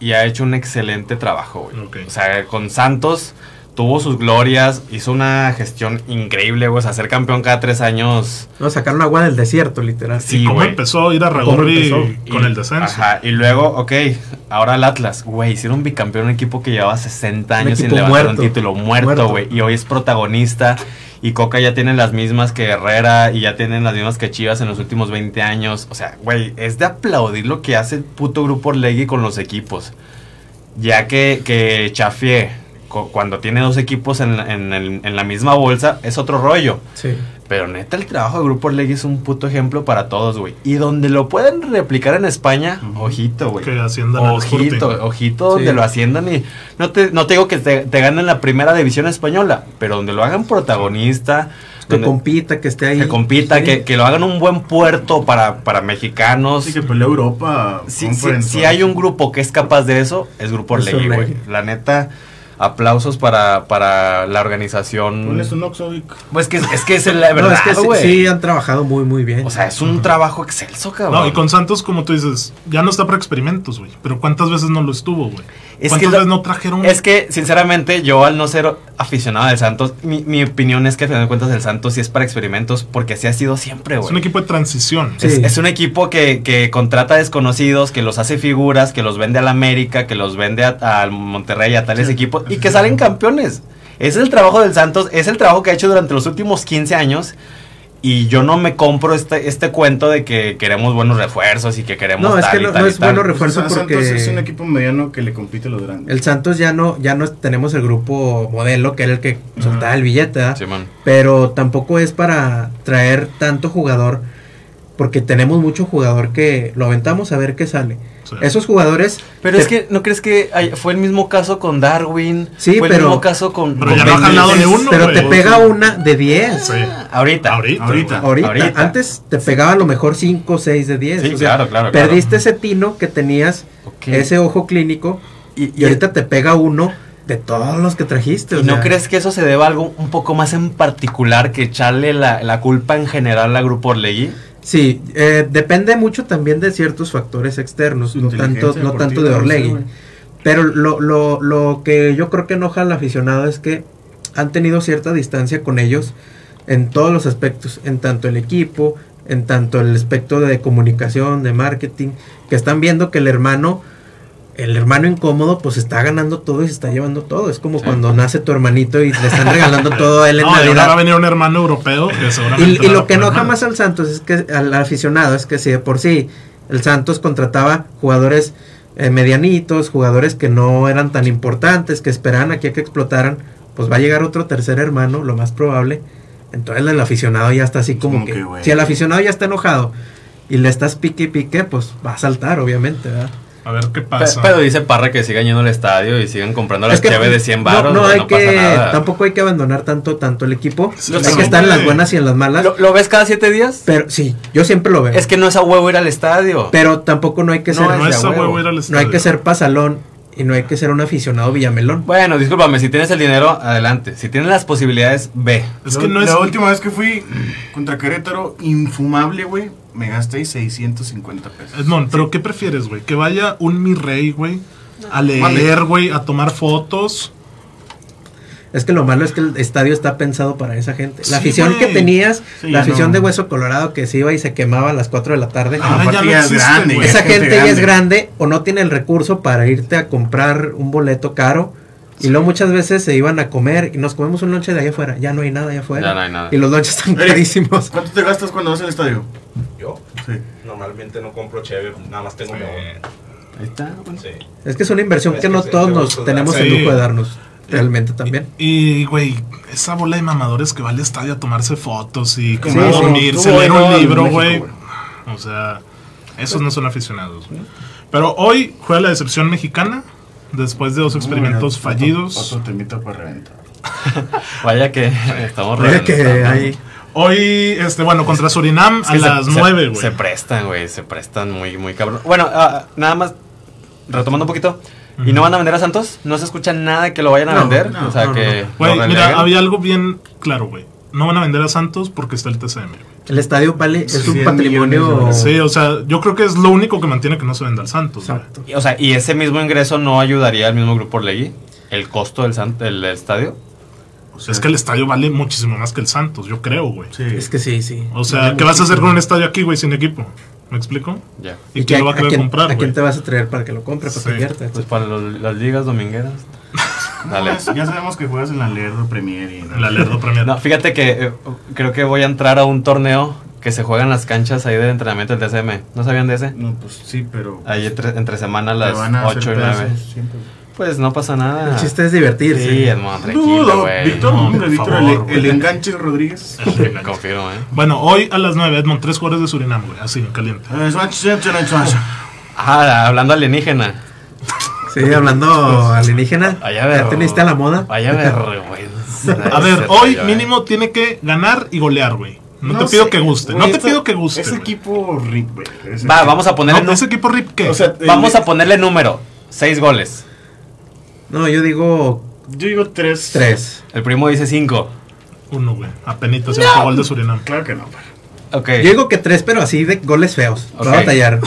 Speaker 2: y ha hecho un excelente trabajo, güey.
Speaker 1: Ok.
Speaker 2: O sea, con Santos tuvo sus glorias, hizo una gestión increíble, güey. O sea, ser campeón cada tres años.
Speaker 3: No, sacaron agua del desierto, literal.
Speaker 2: Sí,
Speaker 1: ¿Cómo
Speaker 2: güey.
Speaker 1: empezó a ir a Ragorri con el descenso?
Speaker 2: Ajá, y luego, ok, ahora el Atlas, güey, hicieron bicampeón un equipo que llevaba 60
Speaker 3: Un
Speaker 2: años sin
Speaker 3: equipo
Speaker 2: levantar
Speaker 3: muerto.
Speaker 2: un título, muerto,
Speaker 3: Muerto.
Speaker 2: güey, y hoy es protagonista, y Coca ya tiene las mismas que Herrera, y ya tienen las mismas que Chivas en los últimos 20 años, o sea, güey, es de aplaudir lo que hace el puto Grupo Orlegui con los equipos, ya que, que Chafié, cu- cuando tiene dos equipos en, la- en el- en la misma bolsa, es otro rollo.
Speaker 3: Sí.
Speaker 2: Pero neta, el trabajo de Grupo Orlegui es un puto ejemplo para todos, güey. Y donde lo pueden replicar en España,
Speaker 4: Ujú.
Speaker 2: ojito, güey.
Speaker 1: Que haciendan al
Speaker 2: Ojito,
Speaker 1: Sporting.
Speaker 2: ojito, donde
Speaker 3: Sí.
Speaker 2: lo haciendan y... No te, no te digo que te, te ganen la primera división española, pero donde lo hagan protagonista,
Speaker 3: Que
Speaker 2: donde-
Speaker 3: compita, que esté ahí.
Speaker 2: que compita,
Speaker 3: Sí.
Speaker 2: que, que lo hagan un buen puerto para, para mexicanos.
Speaker 4: Así que pelea Europa.
Speaker 2: Si, si,
Speaker 4: Conference,
Speaker 2: si
Speaker 4: ¿no?
Speaker 2: hay un grupo que es capaz de eso, es Grupo
Speaker 3: Es
Speaker 2: Orlegui, güey.
Speaker 3: Orlegui.
Speaker 2: La neta, aplausos para, para la organización.
Speaker 4: Ponles un Oxxo, Vic.
Speaker 2: Pues que, es- es que es la
Speaker 3: No,
Speaker 2: verdad,
Speaker 3: es que sí-
Speaker 2: güey.
Speaker 3: sí, han trabajado muy, muy bien.
Speaker 2: O sea, es un trabajo excelso, cabrón.
Speaker 1: No, y con Santos, como tú dices, ya no está para experimentos, güey. Pero ¿cuántas veces no lo estuvo, güey?
Speaker 2: Es
Speaker 1: ¿Cuántas
Speaker 2: que lo-
Speaker 1: veces no trajeron?
Speaker 2: Es que, sinceramente, yo al no ser aficionado del Santos, mi, mi opinión es que al final de cuentas el Santos sí es para experimentos porque así ha sido siempre,
Speaker 1: es un
Speaker 2: güey.
Speaker 1: equipo de transición.
Speaker 3: Sí.
Speaker 2: Es, es un equipo que, que contrata desconocidos, que los hace figuras, que los vende al América, que los vende a- al Monterrey, a tales
Speaker 1: Sí,
Speaker 2: equipos y
Speaker 1: así
Speaker 2: que
Speaker 1: es.
Speaker 2: salen campeones. Ese es el trabajo del Santos, es el trabajo que ha hecho durante los últimos 15 años. Y yo no me compro este, este cuento de que queremos buenos refuerzos y que queremos.
Speaker 3: No, es
Speaker 2: tal
Speaker 3: que
Speaker 2: y
Speaker 3: no-
Speaker 2: tal
Speaker 3: no
Speaker 2: y
Speaker 3: es
Speaker 2: tal.
Speaker 3: bueno Refuerzo
Speaker 4: O sea,
Speaker 3: porque-
Speaker 4: Santos es un equipo mediano que le compite a los grandes.
Speaker 3: El Santos ya no, ya no tenemos el grupo modelo, que era el que
Speaker 4: Ajá.
Speaker 3: soltaba el billete, ¿verdad?
Speaker 2: Simón.
Speaker 3: pero tampoco es para traer tanto jugador, porque tenemos mucho jugador que lo aventamos a ver qué sale.
Speaker 1: Sí.
Speaker 3: Esos jugadores...
Speaker 2: Pero
Speaker 3: te-
Speaker 2: es que, ¿no crees que hay- fue el mismo caso con Darwin?
Speaker 3: Sí,
Speaker 2: fue el
Speaker 3: pero-
Speaker 2: mismo caso con...
Speaker 1: Pero
Speaker 2: con
Speaker 1: ya no ha
Speaker 2: Benítez.
Speaker 1: jalado ni uno,
Speaker 3: Pero
Speaker 1: güey.
Speaker 3: te pega una de 10.
Speaker 1: Sí. Ahorita.
Speaker 2: Ahorita.
Speaker 4: Ahorita.
Speaker 1: güey.
Speaker 3: Ahorita,
Speaker 2: Ahorita.
Speaker 3: antes te pegaba a lo mejor 5 o 6 de 10.
Speaker 2: Sí, claro, claro, claro.
Speaker 3: Perdiste ese tino que tenías,
Speaker 2: Ok.
Speaker 3: ese ojo clínico,
Speaker 2: y,
Speaker 3: y ahorita te pega uno de todos los que trajiste. o
Speaker 2: ¿y ¿No
Speaker 3: sea,
Speaker 2: crees que eso se deba a algo un poco más en particular que echarle la, la culpa en general a Grupo Orlegui?
Speaker 3: Sí, eh, depende mucho también de ciertos factores externos,
Speaker 4: Su
Speaker 3: no tanto,
Speaker 4: inteligencia
Speaker 3: no tanto
Speaker 4: deportiva,
Speaker 3: de
Speaker 4: no sé,
Speaker 3: Orlegui.
Speaker 4: güey.
Speaker 3: Pero lo, lo, lo que yo creo que enoja al aficionado es que han tenido cierta distancia con ellos en todos los aspectos, en tanto el equipo, en tanto el aspecto de comunicación, de marketing, que están viendo que el hermano, el hermano incómodo, pues está ganando todo y se está llevando todo. Es como
Speaker 2: Sí.
Speaker 3: cuando nace tu hermanito y le están
Speaker 2: (laughs)
Speaker 3: regalando todo a él en
Speaker 1: No, y ahora va a
Speaker 3: Navidad.
Speaker 1: venir un hermano europeo que seguramente.
Speaker 3: Y, y
Speaker 1: la va
Speaker 3: lo
Speaker 1: a
Speaker 3: que
Speaker 1: poner
Speaker 3: enoja
Speaker 1: mal.
Speaker 3: más al Santos es que al aficionado es que si de por sí el Santos contrataba jugadores eh, medianitos, jugadores que no eran tan importantes, que esperaban aquí a que explotaran, pues va a llegar otro tercer hermano, lo más probable. Entonces el aficionado ya está así como
Speaker 4: Como
Speaker 3: que,
Speaker 4: que, güey.
Speaker 3: si el aficionado ya está enojado y le estás pique y pique, pues va a saltar, obviamente, ¿verdad?
Speaker 1: A ver qué
Speaker 2: Pe-
Speaker 1: pasa.
Speaker 2: Pero, dice Parra que sigan yendo al estadio y sigan comprando las
Speaker 3: Es que
Speaker 2: llaves de 100
Speaker 3: no-
Speaker 2: baros,
Speaker 3: no, hay que,
Speaker 2: pasa nada.
Speaker 3: tampoco hay que abandonar tanto, tanto el equipo.
Speaker 1: Sí,
Speaker 3: hay
Speaker 2: sí,
Speaker 3: que estar en las
Speaker 1: güey.
Speaker 3: buenas y en las malas.
Speaker 2: ¿Lo, lo ves cada siete días?
Speaker 3: pero sí, yo siempre lo veo.
Speaker 2: Es que no es a huevo ir al estadio.
Speaker 3: pero tampoco no hay que
Speaker 2: No,
Speaker 3: ser
Speaker 1: no
Speaker 2: es
Speaker 1: es a
Speaker 2: de huevo.
Speaker 1: huevo ir al
Speaker 3: No hay
Speaker 1: estadio.
Speaker 3: que ser pasalón y no hay que ser un aficionado villamelón.
Speaker 2: Bueno, discúlpame, si tienes el dinero, adelante. Si tienes las posibilidades, ve.
Speaker 1: Es
Speaker 4: La-
Speaker 1: que no
Speaker 4: la
Speaker 1: es.
Speaker 4: última vez que fui contra Querétaro, infumable, güey, me gasté 650 pesos.
Speaker 1: Edmond, pero ¿qué prefieres, güey? Que vaya un mi rey, güey, a leer,
Speaker 4: Mande.
Speaker 1: güey, a tomar fotos.
Speaker 3: Es que lo malo es que el estadio está pensado para esa gente.
Speaker 1: Sí,
Speaker 3: La afición
Speaker 1: güey.
Speaker 3: que tenías,
Speaker 4: Sí,
Speaker 3: la
Speaker 4: ya
Speaker 3: afición
Speaker 4: no.
Speaker 3: de Hueso Colorado que se iba y se quemaba a las 4 de la tarde.
Speaker 1: Ah,
Speaker 4: Aparte
Speaker 1: ya no
Speaker 4: ya es
Speaker 1: existe,
Speaker 4: grande,
Speaker 1: güey.
Speaker 4: ya
Speaker 3: esa gente ya es grande o no tiene el recurso para irte a comprar un boleto caro. Y luego muchas veces se iban a comer y nos comemos un lonche de allá afuera. Ya no hay nada allá afuera.
Speaker 2: Ya no hay nada.
Speaker 3: Y los lonches están
Speaker 4: Eric,
Speaker 3: carísimos.
Speaker 4: ¿Cuánto te gastas cuando vas al estadio?
Speaker 5: Yo
Speaker 4: Sí.
Speaker 5: normalmente no compro chévere, nada más tengo mi ahorro.
Speaker 2: Ahí está,
Speaker 5: Sí.
Speaker 3: Es que es una inversión
Speaker 5: Es
Speaker 3: que
Speaker 5: que
Speaker 3: no
Speaker 5: sí,
Speaker 3: todos
Speaker 5: te
Speaker 3: nos
Speaker 5: gusta,
Speaker 3: tenemos
Speaker 1: sí.
Speaker 3: el lujo de darnos. Realmente también.
Speaker 1: Y, güey, esa bola de mamadores que va al estadio a tomarse fotos y como
Speaker 3: Sí,
Speaker 1: a
Speaker 3: sí.
Speaker 1: dormirse,
Speaker 4: Tú,
Speaker 1: leer
Speaker 4: güey,
Speaker 1: un
Speaker 4: no, en
Speaker 1: libro,
Speaker 4: México,
Speaker 1: güey.
Speaker 4: güey.
Speaker 1: O sea, esos no son aficionados, güey. Pero hoy juega la decepción mexicana. Después de dos experimentos
Speaker 4: Otro-
Speaker 1: fallidos.
Speaker 4: Otro temita para reventar.
Speaker 2: Vaya que (laughs) estamos
Speaker 3: Mira que
Speaker 2: reventando.
Speaker 3: hay
Speaker 1: Hoy, este, bueno, contra Surinam
Speaker 2: Es
Speaker 1: a
Speaker 2: que Ah, se-
Speaker 1: las
Speaker 2: se-
Speaker 1: 9, güey.
Speaker 2: Se prestan, güey, se prestan muy, muy cabrón. Bueno, ah, nada más, retomando un poquito. ¿Y no van a vender a Santos? ¿No se escucha nada que lo vayan a
Speaker 4: No,
Speaker 2: vender?
Speaker 4: no,
Speaker 2: o sea,
Speaker 4: no,
Speaker 2: que...
Speaker 4: no,
Speaker 1: Güey,
Speaker 2: lo releguen.
Speaker 1: mira, había algo bien claro, güey. No van a vender a Santos porque está el TCM, güey.
Speaker 3: El estadio vale es
Speaker 4: Sí,
Speaker 3: un
Speaker 4: 100
Speaker 3: patrimonio.
Speaker 4: millones de
Speaker 1: Sí, o sea, yo creo que es lo único que mantiene que no se venda al Santos, güey.
Speaker 3: Exacto.
Speaker 2: Y, O sea, ¿y ese mismo ingreso no ayudaría al mismo grupo Orlegui? ¿El costo del, san- del estadio?
Speaker 4: O sea,
Speaker 1: Es que el estadio vale muchísimo más que el Santos, yo creo, güey.
Speaker 4: sí.
Speaker 3: Es que sí, sí.
Speaker 1: O sea, ¿qué vas a hacer con un estadio aquí, güey, sin equipo? ¿Me explico?
Speaker 2: Ya.
Speaker 1: ¿Y, quién lo va a querer
Speaker 3: quién,
Speaker 1: comprar,
Speaker 3: ¿A quién
Speaker 1: güey?
Speaker 3: te vas a traer para que lo compre, para
Speaker 1: Sí.
Speaker 3: que invierta?
Speaker 2: Pues para los- las ligas domingueras.
Speaker 4: No,
Speaker 2: Dale.
Speaker 4: es- (laughs) ya sabemos que juegas en la Lerdo Premier y
Speaker 1: La Lerdo Premier.
Speaker 2: No, fíjate que eh, creo que voy a entrar a un torneo que se juega en las canchas ahí del entrenamiento del DCM. ¿No sabían de ese?
Speaker 4: No, pues sí, pero
Speaker 2: Ahí entre, entre semana a
Speaker 4: te
Speaker 2: las
Speaker 4: van a hacer
Speaker 2: 8 y 9.
Speaker 4: pedazos siempre.
Speaker 2: Pues no pasa nada.
Speaker 3: El chiste es
Speaker 2: Sí,
Speaker 3: divertirse.
Speaker 2: hermano, tranquilo,
Speaker 4: Dudo,
Speaker 2: güey.
Speaker 4: Víctor,
Speaker 1: No,
Speaker 4: hombre,
Speaker 1: por
Speaker 4: Víctor,
Speaker 1: favor,
Speaker 4: el-
Speaker 1: güey.
Speaker 4: el, enganche Rodríguez.
Speaker 2: (laughs) Confirmo, ¿eh?
Speaker 1: Bueno, hoy a las 9, Edmond, tres jugadores de Surinam, güey, así, caliente.
Speaker 4: Eh, Swanch, Swanch, Swanch, Swanch.
Speaker 2: Ah, hablando alienígena.
Speaker 3: Sí, hablando alienígena.
Speaker 2: Allá pues, ver.
Speaker 3: ¿Ya te viniste a la moda?
Speaker 2: Vaya
Speaker 3: (laughs)
Speaker 2: vergüenza.
Speaker 1: A ver, hoy
Speaker 2: eh.
Speaker 1: mínimo tiene que ganar y golear, güey. No, te pido
Speaker 4: sé,
Speaker 1: que guste,
Speaker 4: güey,
Speaker 1: no te
Speaker 4: esto-
Speaker 1: pido que guste.
Speaker 4: Ese
Speaker 1: güey.
Speaker 4: equipo rip, güey. Ese
Speaker 2: Va,
Speaker 4: equipo-
Speaker 2: vamos a ponerle.
Speaker 1: No, ese equipo rip, ¿qué?
Speaker 4: O sea, el-
Speaker 2: Vamos a ponerle número. Seis goles.
Speaker 3: No, yo digo
Speaker 4: Yo digo tres.
Speaker 3: tres.
Speaker 2: El primo dice cinco.
Speaker 1: Uno, güey. Apenitas el gol de Surinam.
Speaker 4: Claro que no, para.
Speaker 2: Ok.
Speaker 3: Yo digo que tres, pero así de goles feos.
Speaker 2: Ok.
Speaker 3: Va a batallar.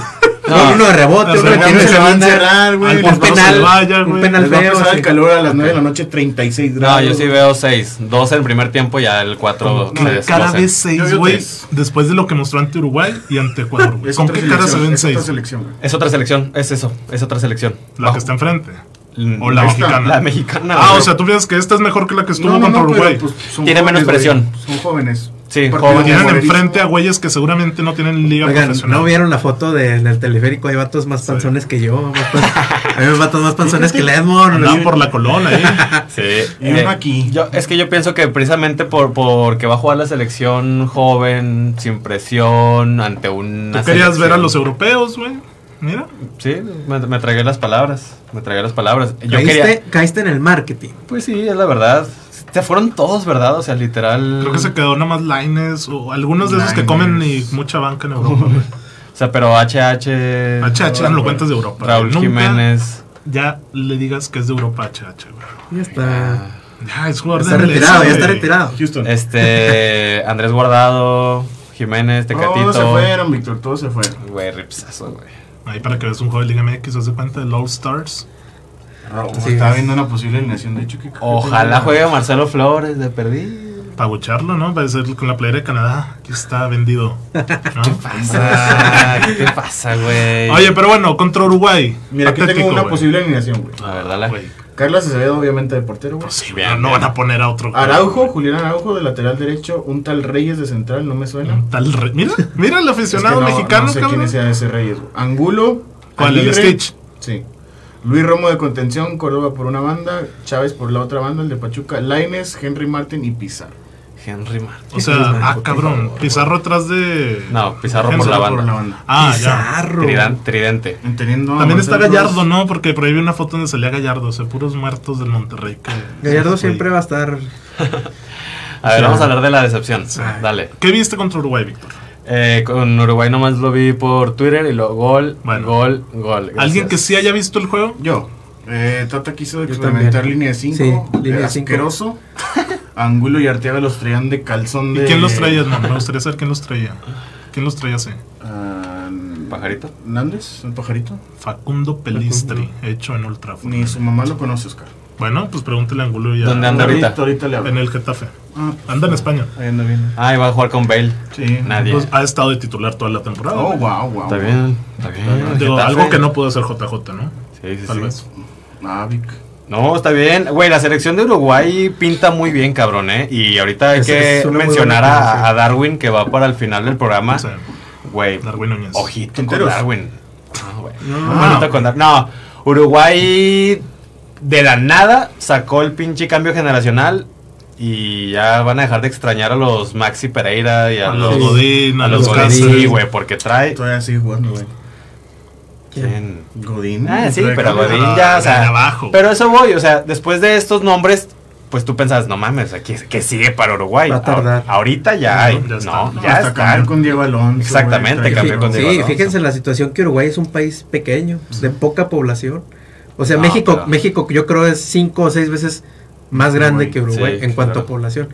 Speaker 2: No.
Speaker 3: Uno de rebote,
Speaker 1: Los
Speaker 3: otro de
Speaker 1: rebotes
Speaker 3: tiro de
Speaker 4: se van a
Speaker 3: esquina.
Speaker 4: encerrar, pues, güey.
Speaker 1: Al
Speaker 4: les va a
Speaker 3: Un penal.
Speaker 1: se vaya,
Speaker 3: un
Speaker 1: güey.
Speaker 3: penal
Speaker 4: Les va a
Speaker 3: feo.
Speaker 4: empezar
Speaker 3: sí.
Speaker 4: el calor a las 9 de la noche, 36
Speaker 2: No,
Speaker 4: grados.
Speaker 2: yo sí veo seis. Dos el primer tiempo, ya el cuatro. se
Speaker 1: Cada- Cada
Speaker 2: desglosa.
Speaker 1: vez
Speaker 4: Yo
Speaker 1: seis,
Speaker 4: digo
Speaker 1: güey.
Speaker 4: tres.
Speaker 1: Después de lo que mostró ante Uruguay y ante Ecuador, güey.
Speaker 4: Es
Speaker 1: ¿Con
Speaker 4: otra
Speaker 1: qué cara se
Speaker 4: selección,
Speaker 1: ven
Speaker 4: es otra
Speaker 1: seis?
Speaker 4: selección, güey.
Speaker 2: Es otra selección. Es eso. Es otra selección.
Speaker 1: La que está enfrente.
Speaker 2: Bajo-
Speaker 1: O la
Speaker 4: Ahí está.
Speaker 1: mexicana.
Speaker 2: La mexicana.
Speaker 1: Ah,
Speaker 2: güey.
Speaker 1: o sea, tú piensas que esta es mejor que la que estuvo
Speaker 4: No, no,
Speaker 1: contra
Speaker 4: no, pero,
Speaker 1: Uruguay.
Speaker 4: pues, son
Speaker 2: Tiene menos
Speaker 4: jóvenes, güey.
Speaker 2: presión.
Speaker 4: Son jóvenes.
Speaker 2: Sí,
Speaker 4: Partido
Speaker 2: jóvenes.
Speaker 1: Tienen
Speaker 4: moderno.
Speaker 1: enfrente a güeyes que seguramente no tienen liga
Speaker 3: Oigan,
Speaker 1: profesional.
Speaker 3: ¿no vieron la foto de- en el teleférico? Hay vatos más panzones que yo. más pan- A mí me vatos más panzones que Ledmon.
Speaker 1: Andaban por la colona
Speaker 3: (laughs)
Speaker 1: ahí.
Speaker 2: Sí.
Speaker 4: Y uno aquí.
Speaker 2: yo- es que yo pienso que precisamente por porque va a jugar la selección joven, sin presión, ante un.
Speaker 1: Tú querías ver a los europeos, güey. Mira.
Speaker 2: Sí, me, me tragué las palabras. Me tragué las palabras. Yo
Speaker 3: caíste,
Speaker 2: quería.
Speaker 3: caíste en el marketing.
Speaker 2: Pues sí, es la verdad. Se fueron todos, ¿verdad? O sea, literal.
Speaker 1: Creo que
Speaker 3: Mm.
Speaker 1: se quedó nada más Lines o algunos de esos que
Speaker 4: Lainez.
Speaker 1: comen y mucha banca en Europa,
Speaker 3: (laughs)
Speaker 1: güey.
Speaker 2: O sea, pero HH.
Speaker 1: HH eran lo cuentas de Europa.
Speaker 2: Raúl
Speaker 1: Nunca (laughs)
Speaker 2: Jiménez.
Speaker 1: Ya le digas que es de Europa HH, güey.
Speaker 3: Ya está.
Speaker 1: Ya, es jugador
Speaker 3: está
Speaker 1: de MLS,
Speaker 3: retirado, ya está
Speaker 1: güey.
Speaker 3: retirado.
Speaker 4: Ah, Houston.
Speaker 2: Este. Andrés Guardado. Jiménez, Tecatito.
Speaker 4: Todos se fueron, Víctor, todos se fueron.
Speaker 2: Güey, ripsazo, güey.
Speaker 1: Ahí para que veas un juego de Liga MX, haz de cuenta del All Stars. Ah,
Speaker 4: Raúl
Speaker 3: Así
Speaker 4: estaba
Speaker 3: es.
Speaker 4: viendo una posible alineación, de hecho. que-
Speaker 2: Ojalá juegue Marcelo Flores de perdido.
Speaker 1: Para bucharlo, ¿no? Para ser con la playera de Canadá. Aquí está vendido. ¿no?
Speaker 2: Ah, ¿Qué te pasa, güey?
Speaker 1: Oye, pero bueno, contra Uruguay.
Speaker 4: Mira, aquí
Speaker 1: Patético,
Speaker 4: tengo una
Speaker 1: güey.
Speaker 4: posible alineación, güey.
Speaker 2: La verdad, la.
Speaker 1: Güey,
Speaker 4: Carlos Acevedo, obviamente, de portero, güey.
Speaker 1: pues sí,
Speaker 2: Bien,
Speaker 1: no
Speaker 2: bien.
Speaker 1: van a poner a otro.
Speaker 4: Araujo, Julián Araujo, de lateral derecho. Un tal Reyes de central, no me suena.
Speaker 1: Un Tal re- Mira, mira el
Speaker 4: Es que
Speaker 1: aficionado
Speaker 4: no-
Speaker 1: Mm. mexicano,
Speaker 4: No sé
Speaker 1: cabrón.
Speaker 4: quién sea ese Reyes, güey. Angulo.
Speaker 1: ¿Cuál? El
Speaker 4: Aguirre,
Speaker 1: Stitch.
Speaker 4: Sí. Luis Romo de contención, Córdoba por una banda, Chávez por la otra banda, el de Pachuca, Laines, Henry Martin y Pizarro.
Speaker 2: Henry Martín.
Speaker 1: O sea, ah, cabrón. Pizarro atrás de.
Speaker 2: No, Pizarro por
Speaker 1: Henson
Speaker 2: la
Speaker 4: Por
Speaker 2: banda.
Speaker 1: Ah, ya.
Speaker 3: Pizarro.
Speaker 2: Tridan- Tridente.
Speaker 4: Entendiendo a
Speaker 1: También está
Speaker 4: Marcelo
Speaker 1: Gallardo,
Speaker 4: Flores.
Speaker 1: ¿no? Porque por ahí vi una foto donde salía Gallardo. O sea, puros muertos del Monterrey. que-
Speaker 3: Gallardo
Speaker 1: Güey.
Speaker 3: siempre va a estar.
Speaker 2: A ver, vamos a hablar de la decepción. Dale.
Speaker 1: ¿Qué viste contra Uruguay, Víctor?
Speaker 2: Eh, con Uruguay nomás lo vi por Twitter y luego gol,
Speaker 1: Bueno.
Speaker 2: gol, gol. Gracias.
Speaker 1: ¿Alguien que sí haya visto el juego?
Speaker 4: Yo. Eh, Tata
Speaker 3: Yo
Speaker 4: quiso experimentar
Speaker 3: también.
Speaker 4: línea 5.
Speaker 3: Sí, línea de cinco.
Speaker 4: Asqueroso. Angulo y Arteaga los traían de calzón
Speaker 1: ¿Y
Speaker 4: de.
Speaker 1: quién los traía, hermano? Me gustaría saber quién los traía. ¿Quién los traía así?
Speaker 4: Ah,
Speaker 2: ¿Pajarito?
Speaker 4: Hernández, el pajarito.
Speaker 1: Facundo Pelistri, hecho en Old Trafford.
Speaker 4: Ni su mamá lo conoce, Oscar.
Speaker 1: Bueno, pues pregúntele a Angulo y a-
Speaker 2: ¿Dónde anda ahorita?
Speaker 4: Ahorita le hablo.
Speaker 1: En el Getafe.
Speaker 4: Ah,
Speaker 1: Anda en España.
Speaker 4: ahí anda bien.
Speaker 2: Ah, iba a jugar con Bale.
Speaker 4: Sí.
Speaker 2: Nadie.
Speaker 1: Pues, ha estado de titular toda la temporada.
Speaker 4: Oh, wow, wow.
Speaker 2: Está bien, está bien.
Speaker 1: Digo,
Speaker 2: Getafe.
Speaker 1: algo que no pudo hacer JJ, ¿no?
Speaker 2: Sí, sí,
Speaker 1: Tal
Speaker 2: sí.
Speaker 1: vez.
Speaker 4: Ah, Vic.
Speaker 2: No, está bien. Güey, la selección de Uruguay pinta muy bien, cabrón, ¿eh? Y ahorita hay
Speaker 3: Es-
Speaker 2: que
Speaker 3: es una muy
Speaker 2: mencionar
Speaker 3: buena
Speaker 2: a,
Speaker 3: selección.
Speaker 2: a Darwin que va para el final del programa.
Speaker 1: O sea,
Speaker 2: Güey,
Speaker 1: Darwin Núñez.
Speaker 2: ojito
Speaker 4: Quinteros.
Speaker 2: con Darwin. No, güey.
Speaker 4: Ah,
Speaker 2: Ojito con Dar- No, Uruguay de la nada sacó el pinche cambio generacional y ya van a dejar de extrañar a los Maxi Pereira y a,
Speaker 1: A los
Speaker 3: Sí.
Speaker 1: Godín, a,
Speaker 2: a
Speaker 1: los
Speaker 2: los
Speaker 3: Godín,
Speaker 1: Cáceres.
Speaker 2: Godín, güey, porque trae...
Speaker 4: Todavía sigue jugando, güey.
Speaker 2: ¿Quién?
Speaker 4: Godín.
Speaker 2: Ah, sí,
Speaker 4: Trae
Speaker 2: pero
Speaker 4: cambio.
Speaker 2: Godín
Speaker 1: Ah,
Speaker 2: ya, o sea,
Speaker 1: de abajo.
Speaker 2: Pero eso voy, o sea, después de estos nombres, pues tú pensabas, no mames, aquí que sigue para Uruguay.
Speaker 3: Va a tardar.
Speaker 2: A- ahorita ya
Speaker 1: No,
Speaker 2: hay.
Speaker 1: ya está.
Speaker 2: No,
Speaker 1: No,
Speaker 2: ya
Speaker 4: hasta
Speaker 2: está.
Speaker 4: cambió con Diego Alonso. güey,
Speaker 2: Exactamente,
Speaker 4: traía-
Speaker 2: cambió con
Speaker 3: sí,
Speaker 2: Diego Alonso.
Speaker 3: fíjense la situación que Uruguay es un país pequeño, de poca población. O sea,
Speaker 2: No,
Speaker 3: México,
Speaker 2: pero-
Speaker 3: México yo creo es cinco o seis veces más grande
Speaker 4: Uruguay,
Speaker 3: que Uruguay
Speaker 2: sí,
Speaker 3: en cuanto
Speaker 2: claro.
Speaker 3: a población.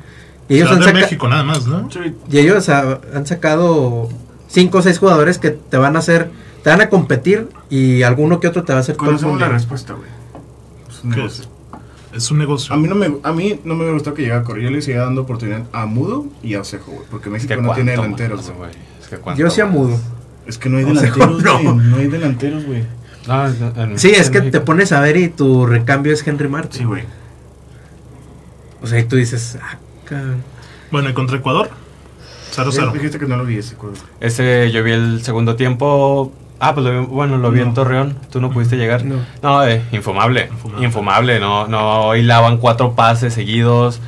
Speaker 3: Y ellos,
Speaker 1: Ciudad
Speaker 3: han,
Speaker 1: de
Speaker 3: saca-
Speaker 1: México nada más, ¿no?
Speaker 4: Sí,
Speaker 3: y ellos ha- han sacado cinco o seis jugadores que te van a hacer, te van a competir y alguno que otro te va a hacer todo el
Speaker 4: Conocemos la
Speaker 3: mundial.
Speaker 4: respuesta, güey. Es un
Speaker 1: ¿Qué
Speaker 4: negocio.
Speaker 1: Es un negocio.
Speaker 4: A mí, no me, a mí no me gustó que llegara a correr. Yo le seguía dando oportunidad a Mudo y a Osejo, güey. Porque
Speaker 2: Es
Speaker 4: México
Speaker 2: que
Speaker 4: no tiene
Speaker 2: cuánto,
Speaker 4: delanteros,
Speaker 2: mames,
Speaker 4: güey.
Speaker 2: güey. Es que cuánto,
Speaker 3: Yo sí
Speaker 2: güey.
Speaker 3: amudo.
Speaker 4: Es que no hay
Speaker 3: Osejo,
Speaker 4: delanteros, güey.
Speaker 3: no.
Speaker 4: No. hay delanteros, güey.
Speaker 2: No, es- en-
Speaker 3: Sí, es
Speaker 2: en
Speaker 3: que
Speaker 2: México.
Speaker 3: te pones a ver y tu recambio es Henry Martin.
Speaker 4: Sí, güey.
Speaker 3: O sea, y tú dices, ah, cabrón.
Speaker 1: Bueno, y contra Ecuador, 0-0.
Speaker 4: Dijiste que no lo vi ese cuadro.
Speaker 2: Ese yo vi el segundo tiempo. Ah, pues lo vi, bueno, lo vi en
Speaker 4: No.
Speaker 2: Torreón. Tú no pudiste llegar.
Speaker 3: No.
Speaker 2: No, eh, infumable.
Speaker 1: Infumable.
Speaker 2: Infumable, no, no hilaban cuatro pases seguidos.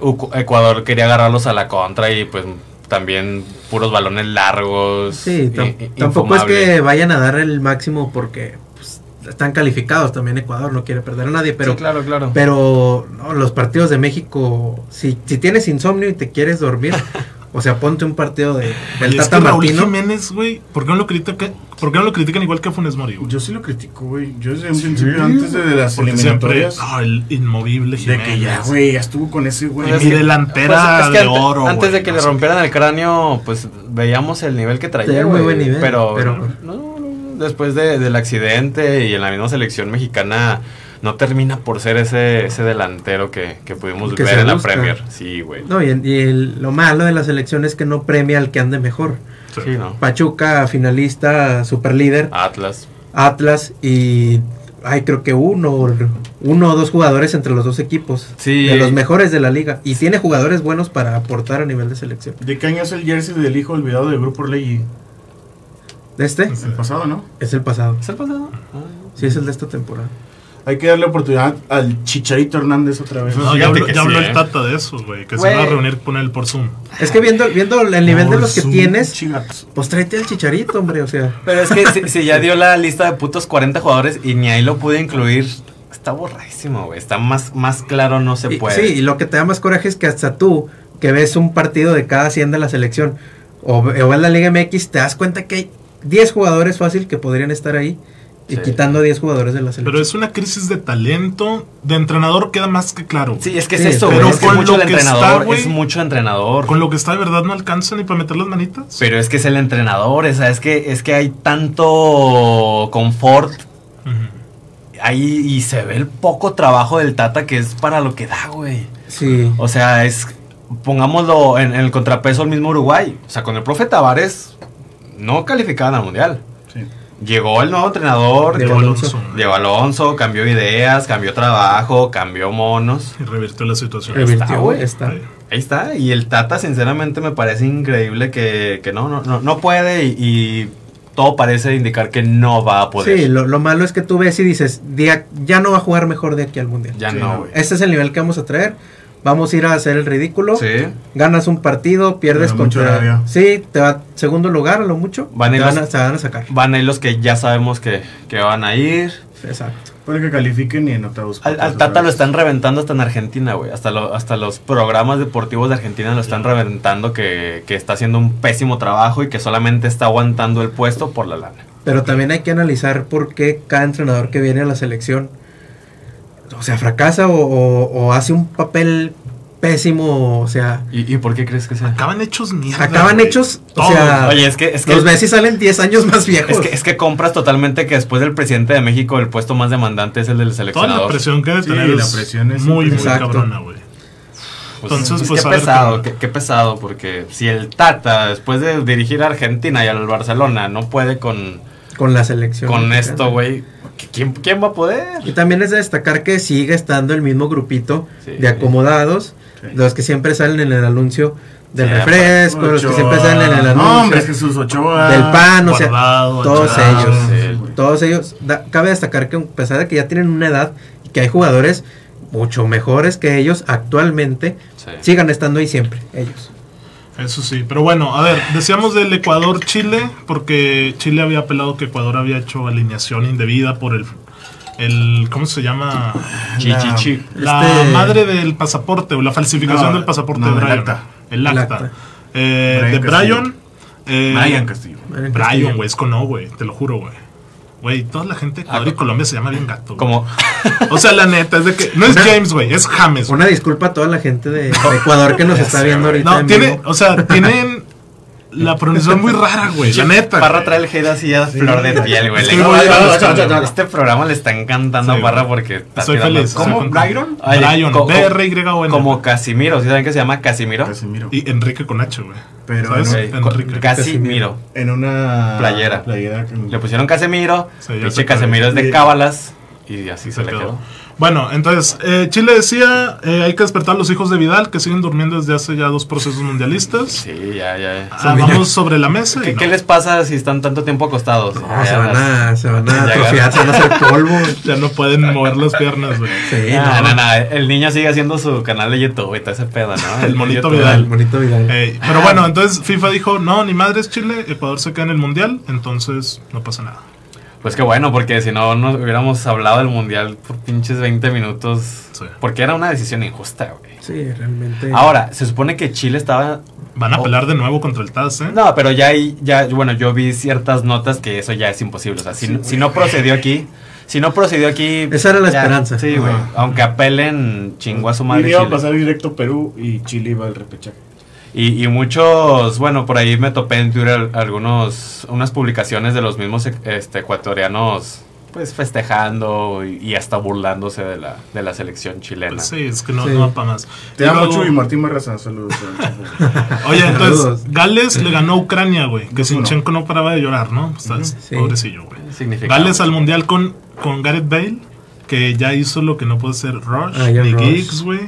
Speaker 2: Ucu- Ecuador quería agarrarlos a la contra y pues también puros balones largos.
Speaker 3: Sí, tam-
Speaker 2: i- i-
Speaker 3: tampoco es
Speaker 2: Eh, infumable.
Speaker 3: que vayan a dar el máximo porque pues, están calificados también Ecuador, no quiere perder a nadie, pero,
Speaker 2: Sí, claro, claro.
Speaker 3: pero no, los partidos de México, si, si tienes insomnio y te quieres
Speaker 2: (laughs)
Speaker 3: dormir, o sea, ponte un partido de, del
Speaker 1: Y es
Speaker 3: Tata
Speaker 1: que Raúl
Speaker 3: Martino.
Speaker 1: Jiménez, güey, ¿por qué no lo critican, por qué no lo critican igual que a Funes Mori, güey?
Speaker 4: Yo sí lo critico, güey. Yo desde un principio, antes de las
Speaker 1: Porque siempre,
Speaker 4: eliminatorias.
Speaker 1: no, el inmovible
Speaker 4: De
Speaker 1: Jiménez.
Speaker 4: que ya, güey, ya estuvo con ese, güey.
Speaker 1: Pues es
Speaker 4: Y
Speaker 1: que-
Speaker 4: de la-
Speaker 1: delantera
Speaker 2: Pues, es que
Speaker 1: de
Speaker 2: ante-
Speaker 1: oro,
Speaker 2: Antes
Speaker 1: güey,
Speaker 2: de que
Speaker 1: no
Speaker 2: le
Speaker 1: sé
Speaker 2: rompieran el cráneo, pues veíamos el nivel que traía.
Speaker 3: Tenía muy
Speaker 2: güey.
Speaker 3: buen nivel,
Speaker 2: Pero,
Speaker 3: pero-
Speaker 2: no, no, no, después de- del accidente y en la misma selección mexicana, no termina por ser ese, ese delantero que, que pudimos
Speaker 3: Que
Speaker 2: ver
Speaker 3: se
Speaker 2: en la
Speaker 3: busca.
Speaker 2: Premier. Sí, güey.
Speaker 3: No, y, el- y el- lo malo de la selección es que no premia al que ande mejor.
Speaker 1: Sí.
Speaker 2: Sí, no.
Speaker 3: Pachuca, finalista, superlíder,
Speaker 2: Atlas.
Speaker 3: Atlas y hay creo que uno, uno o dos jugadores entre los dos equipos.
Speaker 2: Sí.
Speaker 3: De los mejores de la liga. Y tiene jugadores buenos para aportar a nivel de selección.
Speaker 4: ¿De qué año es el jersey del hijo olvidado del grupo Orlegui?
Speaker 3: Este
Speaker 4: Es el pasado, ¿no?
Speaker 3: es el pasado.
Speaker 2: ¿Es el pasado? Ah.
Speaker 3: Sí, es el de esta temporada.
Speaker 4: Hay que darle oportunidad al Chicharito Hernández otra vez.
Speaker 1: No,
Speaker 2: Fíjate
Speaker 1: ya habló,
Speaker 2: que
Speaker 1: ya
Speaker 2: sí,
Speaker 1: habló
Speaker 2: ¿eh?
Speaker 1: el Tata de eso, güey, que se
Speaker 2: Güey.
Speaker 1: van a reunir con él por Zoom.
Speaker 3: Es que viendo, viendo el nivel de
Speaker 4: Por
Speaker 3: los que
Speaker 4: su
Speaker 3: tienes,
Speaker 4: chigazo.
Speaker 3: pues tráete al chicharito, hombre. O sea,
Speaker 2: Pero es que si, si ya dio la lista de putos 40 jugadores y ni ahí lo pude incluir, está borradísimo, güey. Está más, más claro, no se
Speaker 3: y-
Speaker 2: puede.
Speaker 3: sí, y lo que te da más coraje es que hasta tú, que ves un partido de cada 100 de la selección o, ve- o ves la Liga MX, te das cuenta que hay 10 jugadores fácil que podrían estar ahí y
Speaker 2: Sí.
Speaker 3: quitando 10 jugadores de la selección.
Speaker 1: Pero es una crisis de talento, de entrenador queda más que claro. güey.
Speaker 2: Sí, es que
Speaker 3: Sí,
Speaker 2: es eso,
Speaker 3: pero
Speaker 2: güey. Es que
Speaker 1: con
Speaker 2: mucho
Speaker 1: lo
Speaker 2: el
Speaker 1: que está,
Speaker 2: entrenador,
Speaker 1: güey.
Speaker 2: es mucho entrenador.
Speaker 1: Con lo que está de verdad no alcanza ni para meter las manitas.
Speaker 2: Pero es que es el entrenador, o sea, es que, es que hay tanto confort
Speaker 1: Ujú.
Speaker 2: ahí y se ve el poco trabajo del Tata que es para lo que da, güey.
Speaker 3: Sí.
Speaker 2: O sea, es, pongámoslo en, en el contrapeso al mismo Uruguay. O sea, con el profe Tavares no calificaban al Mundial.
Speaker 4: Sí.
Speaker 2: Llegó el nuevo entrenador,
Speaker 3: Diego
Speaker 1: Diego Alonso.
Speaker 2: llegó Alonso, cambió ideas, cambió trabajo, cambió monos.
Speaker 1: Y revirtió la situación.
Speaker 3: Revirtió,
Speaker 2: está, güey.
Speaker 3: está.
Speaker 1: Sí.
Speaker 2: Ahí está, y el Tata sinceramente me parece increíble que, que no, no, no, no puede y, y todo parece indicar que no va a poder.
Speaker 3: Sí, lo, lo malo es que tú ves y dices, "De ac- ya no va a jugar mejor de aquí al mundial.
Speaker 2: ya
Speaker 4: Sí,
Speaker 2: no,
Speaker 4: no,
Speaker 2: güey.
Speaker 3: Este es el nivel que vamos a traer. Vamos a ir a hacer el ridículo.
Speaker 2: Sí.
Speaker 3: Ganas un partido, pierdes
Speaker 4: Pero mucho
Speaker 3: contra.
Speaker 4: labio.
Speaker 3: Sí, te va segundo lugar a lo mucho.
Speaker 2: Van a
Speaker 3: te
Speaker 2: ir
Speaker 3: van
Speaker 2: los-
Speaker 3: a, se van a sacar.
Speaker 2: Van a ir los que ya sabemos que, que van a ir.
Speaker 3: Exacto.
Speaker 4: Puede que califiquen y en octavos.
Speaker 2: Al, al
Speaker 4: Otra
Speaker 2: Tata
Speaker 4: vez.
Speaker 2: lo están reventando hasta en Argentina, güey. Hasta, lo- hasta los programas deportivos de Argentina lo están reventando que, que está haciendo un pésimo trabajo y que solamente está aguantando el puesto por la lana.
Speaker 3: Pero también hay que analizar por qué cada entrenador que viene a la selección, o sea, fracasa o, o- o hace un papel pésimo. O sea,
Speaker 2: ¿Y, y por qué crees que sea?
Speaker 1: Acaban hechos mierda.
Speaker 3: Acaban
Speaker 1: güey.
Speaker 3: hechos, o
Speaker 1: Todos.
Speaker 3: sea-
Speaker 2: Oye, es que... Es que
Speaker 3: los ves y salen 10 años más viejos.
Speaker 2: Es que, es que compras totalmente que después del presidente de México el puesto más demandante es el del
Speaker 1: Toda la
Speaker 2: seleccionador.
Speaker 1: presión que debe
Speaker 4: Sí,
Speaker 1: tener
Speaker 4: la
Speaker 1: es
Speaker 4: presión es
Speaker 1: muy, muy
Speaker 3: impresionante.
Speaker 1: cabrona, güey.
Speaker 2: Pues,
Speaker 1: Entonces,
Speaker 2: pues,
Speaker 1: pues, a
Speaker 2: qué
Speaker 1: ver
Speaker 2: pesado,
Speaker 1: cómo-
Speaker 2: qué, qué pesado, porque si el Tata después de dirigir a Argentina y al Barcelona no puede con,
Speaker 3: con la selección.
Speaker 2: con
Speaker 3: mexicana.
Speaker 2: esto, güey, ¿quién, quién va a poder?
Speaker 3: Y también es de destacar que sigue estando el mismo grupito
Speaker 2: Sí.
Speaker 3: de acomodados,
Speaker 4: Sí.
Speaker 3: los que siempre salen en el anuncio del
Speaker 2: Sí,
Speaker 3: refresco, los que
Speaker 4: Ochoa.
Speaker 3: siempre salen en el anuncio
Speaker 4: No, hombre, Jesús Ochoa.
Speaker 3: del pan, o sea,
Speaker 1: Guardado,
Speaker 3: todos
Speaker 2: Ah,
Speaker 1: Andrade,
Speaker 3: ellos.
Speaker 2: Sí.
Speaker 3: todos ellos, da- cabe destacar que a pesar de que ya tienen una edad y que hay jugadores mucho mejores que ellos actualmente,
Speaker 2: Sí.
Speaker 3: sigan estando ahí siempre, ellos.
Speaker 1: Eso sí, pero bueno, a ver, decíamos del Ecuador-Chile, porque Chile había apelado que Ecuador había hecho alineación indebida por el el ¿cómo se llama?
Speaker 2: Chi, chi, chi.
Speaker 1: La
Speaker 3: Este-
Speaker 1: madre del pasaporte o la falsificación
Speaker 4: No,
Speaker 1: del pasaporte
Speaker 4: no,
Speaker 1: de
Speaker 4: el
Speaker 1: Brian. El
Speaker 4: acta.
Speaker 1: acta.
Speaker 3: El acta.
Speaker 1: Eh,
Speaker 4: Brian
Speaker 1: de
Speaker 4: Castillo.
Speaker 1: Brian. eh,
Speaker 4: Brian Castillo.
Speaker 3: Brian Castillo.
Speaker 1: Brian, güey, es con O, güey, te lo juro, güey. Güey, toda la gente de Ecuador y Colombia se llama bien gato. güey.
Speaker 2: Como
Speaker 1: O sea, la neta, es de que. No es James, güey, es James. güey.
Speaker 3: Una disculpa a toda la gente de, de
Speaker 1: (laughs)
Speaker 3: Ecuador que nos está viendo ahorita.
Speaker 1: No,
Speaker 3: en
Speaker 1: tiene. Oh,
Speaker 3: vivo.
Speaker 1: O sea,
Speaker 3: (laughs)
Speaker 1: tienen la pronunciación muy rara, güey. Pues La neta.
Speaker 2: Parra
Speaker 1: güey.
Speaker 2: trae el hate así a flor de piel, güey.
Speaker 1: Estoy
Speaker 2: Le-
Speaker 1: muy-
Speaker 2: Este programa le está encantando
Speaker 1: Sí,
Speaker 2: a Parra
Speaker 1: güey.
Speaker 2: porque está
Speaker 1: Soy
Speaker 2: tirando-
Speaker 1: feliz.
Speaker 2: ¿Cómo?
Speaker 1: estoy contento.
Speaker 4: ¿Byron?
Speaker 2: Ay,
Speaker 1: Brian,
Speaker 2: co- co-
Speaker 1: B-R-Y-O-N.
Speaker 2: Como Casimiro, ¿sí saben que se llama Casimiro?
Speaker 1: Pues
Speaker 4: Casimiro.
Speaker 1: Y Enrique con H, güey.
Speaker 4: Pero
Speaker 1: ¿Sabes?
Speaker 4: no,
Speaker 2: Güey, co-
Speaker 1: Enrique.
Speaker 2: Casimiro.
Speaker 4: En una
Speaker 2: Playera.
Speaker 4: playera que-
Speaker 2: Le pusieron Casemiro,
Speaker 1: Sí, ya
Speaker 2: pinche
Speaker 1: se
Speaker 2: Casemiro es de
Speaker 4: Sí.
Speaker 2: cábalas y así se,
Speaker 1: Se
Speaker 2: le
Speaker 1: quedó.
Speaker 2: quedó.
Speaker 1: Bueno, entonces, eh, Chile decía, eh, hay que despertar a los hijos de Vidal, que siguen durmiendo desde hace ya dos procesos mundialistas.
Speaker 2: Sí, ya, ya. ya.
Speaker 1: Ah, vamos sobre la mesa. y
Speaker 2: ¿Qué,
Speaker 1: no.
Speaker 2: qué les pasa si están tanto tiempo acostados?
Speaker 3: No,
Speaker 2: Ya
Speaker 3: Ah, se van
Speaker 2: las-
Speaker 3: a, se van a
Speaker 2: Ya
Speaker 3: atrofiar, se van a hacer
Speaker 1: (laughs)
Speaker 3: polvo.
Speaker 1: Ya no pueden mover las piernas, güey.
Speaker 3: Sí,
Speaker 2: Ah,
Speaker 3: no,
Speaker 2: no, no, el niño sigue haciendo su canal de YouTube y todo ese pedo, ¿no?
Speaker 1: (laughs) El monito
Speaker 2: YouTube.
Speaker 1: Vidal.
Speaker 3: El bonito Vidal.
Speaker 1: Ey, pero
Speaker 2: Ah.
Speaker 1: bueno, entonces FIFA dijo, no, ni madres Chile, Ecuador se queda en el mundial, entonces no pasa nada.
Speaker 2: Pues qué bueno, porque si no, no hubiéramos hablado del mundial por pinches 20 minutos.
Speaker 1: Sí.
Speaker 2: Porque era una decisión injusta, güey.
Speaker 3: Sí, realmente.
Speaker 2: Ahora, se supone que Chile estaba.
Speaker 1: Van a
Speaker 2: Oh.
Speaker 1: apelar de nuevo contra el TAS, ¿eh?
Speaker 2: No, pero ya hay. Ya, bueno, yo vi ciertas notas que eso ya es imposible. O sea, si, si no procedió aquí. Si no procedió aquí.
Speaker 3: Esa era la
Speaker 2: ya,
Speaker 3: esperanza.
Speaker 2: Sí, güey.
Speaker 3: Ajá.
Speaker 2: Aunque apelen chingo a su
Speaker 4: Ah, Y
Speaker 2: madre.
Speaker 4: iba a
Speaker 2: Chile.
Speaker 1: pues, eh.
Speaker 4: pasar directo Perú y Chile iba al repechaje.
Speaker 2: Y, y muchos, bueno, por ahí me topé en Twitter al- algunos, unas publicaciones de los mismos e- este, ecuatorianos, pues festejando y, y hasta burlándose de la, de la selección chilena.
Speaker 1: Pues sí, es que no,
Speaker 3: Sí.
Speaker 1: no va para más.
Speaker 4: Te
Speaker 1: Y
Speaker 4: amo
Speaker 1: luego-
Speaker 4: mucho y Martín Barraza, saludos.
Speaker 2: (laughs)
Speaker 1: Oye,
Speaker 3: Saludos.
Speaker 1: entonces, Gales le ganó a Ucrania, güey. Que Sinchenko no paraba de llorar, ¿no? O sea,
Speaker 3: Sí.
Speaker 1: Pobrecillo, güey.
Speaker 2: Significado.
Speaker 1: Gales al mundial con, con Gareth Bale, que ya hizo lo que no puede ser Rush,
Speaker 3: Ah, ya
Speaker 1: ni
Speaker 3: Rush.
Speaker 1: Giggs, güey.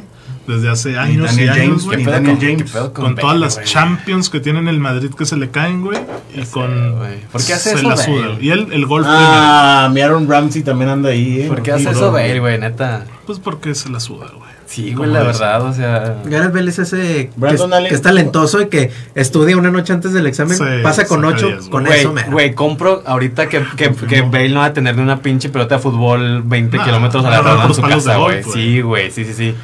Speaker 1: Desde hace años y
Speaker 4: Daniel
Speaker 1: años,
Speaker 4: James,
Speaker 1: güey.
Speaker 4: que
Speaker 2: pedo
Speaker 4: Daniel
Speaker 2: qué
Speaker 4: James,
Speaker 2: pedo
Speaker 1: Con todas las
Speaker 2: Bale,
Speaker 1: champions que tiene en el Madrid que se le caen, güey. Y
Speaker 2: sé,
Speaker 1: con.
Speaker 2: güey. ¿Por qué hace
Speaker 1: se
Speaker 2: eso
Speaker 1: la
Speaker 2: Bale?
Speaker 1: suda. Y el, el gol
Speaker 4: Ah, mi Aaron Ramsey también anda ahí,
Speaker 2: güey?
Speaker 4: ¿eh?
Speaker 2: ¿Por qué
Speaker 4: No,
Speaker 2: hace
Speaker 4: no,
Speaker 2: eso
Speaker 4: no.
Speaker 2: Bale, güey? Neta.
Speaker 1: Pues porque se la suda, güey.
Speaker 2: Sí,
Speaker 1: ¿Cómo
Speaker 2: güey, la
Speaker 1: ves?
Speaker 2: verdad, o sea...
Speaker 3: Gareth Bale es ese que,
Speaker 4: Brandon
Speaker 3: es-
Speaker 4: Allen.
Speaker 3: que es talentoso y que estudia una noche antes del examen,
Speaker 1: Sí,
Speaker 3: pasa con
Speaker 1: saca
Speaker 3: ocho,
Speaker 1: diez,
Speaker 3: con
Speaker 2: Güey,
Speaker 3: eso, mero.
Speaker 2: güey, compro ahorita que, que, que Bale no va a tener de una pinche pelota de fútbol 20
Speaker 1: Nah,
Speaker 2: kilómetros a la
Speaker 1: agarrar
Speaker 2: redonda
Speaker 1: puros
Speaker 2: en su
Speaker 1: palos de
Speaker 2: casa,
Speaker 1: golf,
Speaker 2: güey.
Speaker 1: güey.
Speaker 2: Sí, güey, sí, sí, sí.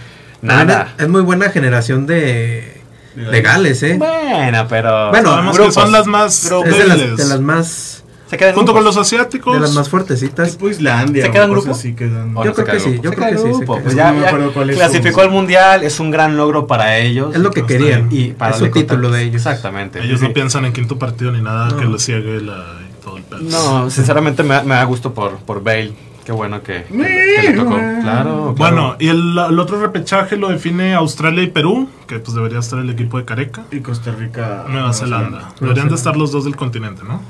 Speaker 3: También
Speaker 2: Nada.
Speaker 3: Es, es muy buena generación de, de Gales, ¿eh?
Speaker 2: Bueno, pero.
Speaker 3: Bueno,
Speaker 1: Sabemos
Speaker 2: grupos.
Speaker 1: que son las más
Speaker 2: Grupos.
Speaker 3: pues, es de las,
Speaker 1: débiles.
Speaker 3: de las más
Speaker 2: Se quedan
Speaker 1: Junto con
Speaker 2: grupos.
Speaker 1: los asiáticos.
Speaker 3: de las más
Speaker 4: Es
Speaker 3: fuertecitas.
Speaker 4: por Islandia.
Speaker 2: ¿Se quedan
Speaker 4: o cosas
Speaker 2: grupo?
Speaker 4: así quedan.
Speaker 2: ¿O
Speaker 3: Yo
Speaker 2: no
Speaker 3: creo
Speaker 2: se queda
Speaker 3: que sí,
Speaker 2: grupo?
Speaker 3: yo
Speaker 2: Se
Speaker 3: creo
Speaker 2: queda
Speaker 3: que sí, se
Speaker 2: grupo.
Speaker 3: queda.
Speaker 2: Pues
Speaker 4: Es
Speaker 2: ya,
Speaker 4: que no me
Speaker 2: ya
Speaker 4: acuerdo cuál es
Speaker 2: clasificó
Speaker 4: su-
Speaker 2: al mundial, es un gran logro para ellos.
Speaker 3: Es lo que
Speaker 1: no
Speaker 3: querían.
Speaker 1: están-
Speaker 2: y para
Speaker 3: es su
Speaker 2: darle contacto.
Speaker 3: título de ellos.
Speaker 2: Exactamente.
Speaker 1: Ellos
Speaker 2: Sí.
Speaker 1: no piensan en quinto partido ni nada
Speaker 3: No.
Speaker 1: que les ciegue la, y todo el pedo.
Speaker 2: No, sinceramente me, da- me da gusto por, por Bale. Qué bueno que, que le- que le tocó. Claro, claro.
Speaker 1: Bueno, y el, el otro repechaje lo define Australia y Perú, que pues debería estar el equipo de Careca.
Speaker 4: Y Costa Rica.
Speaker 1: Nueva Zelanda. Deberían de estar los dos del continente, ¿no?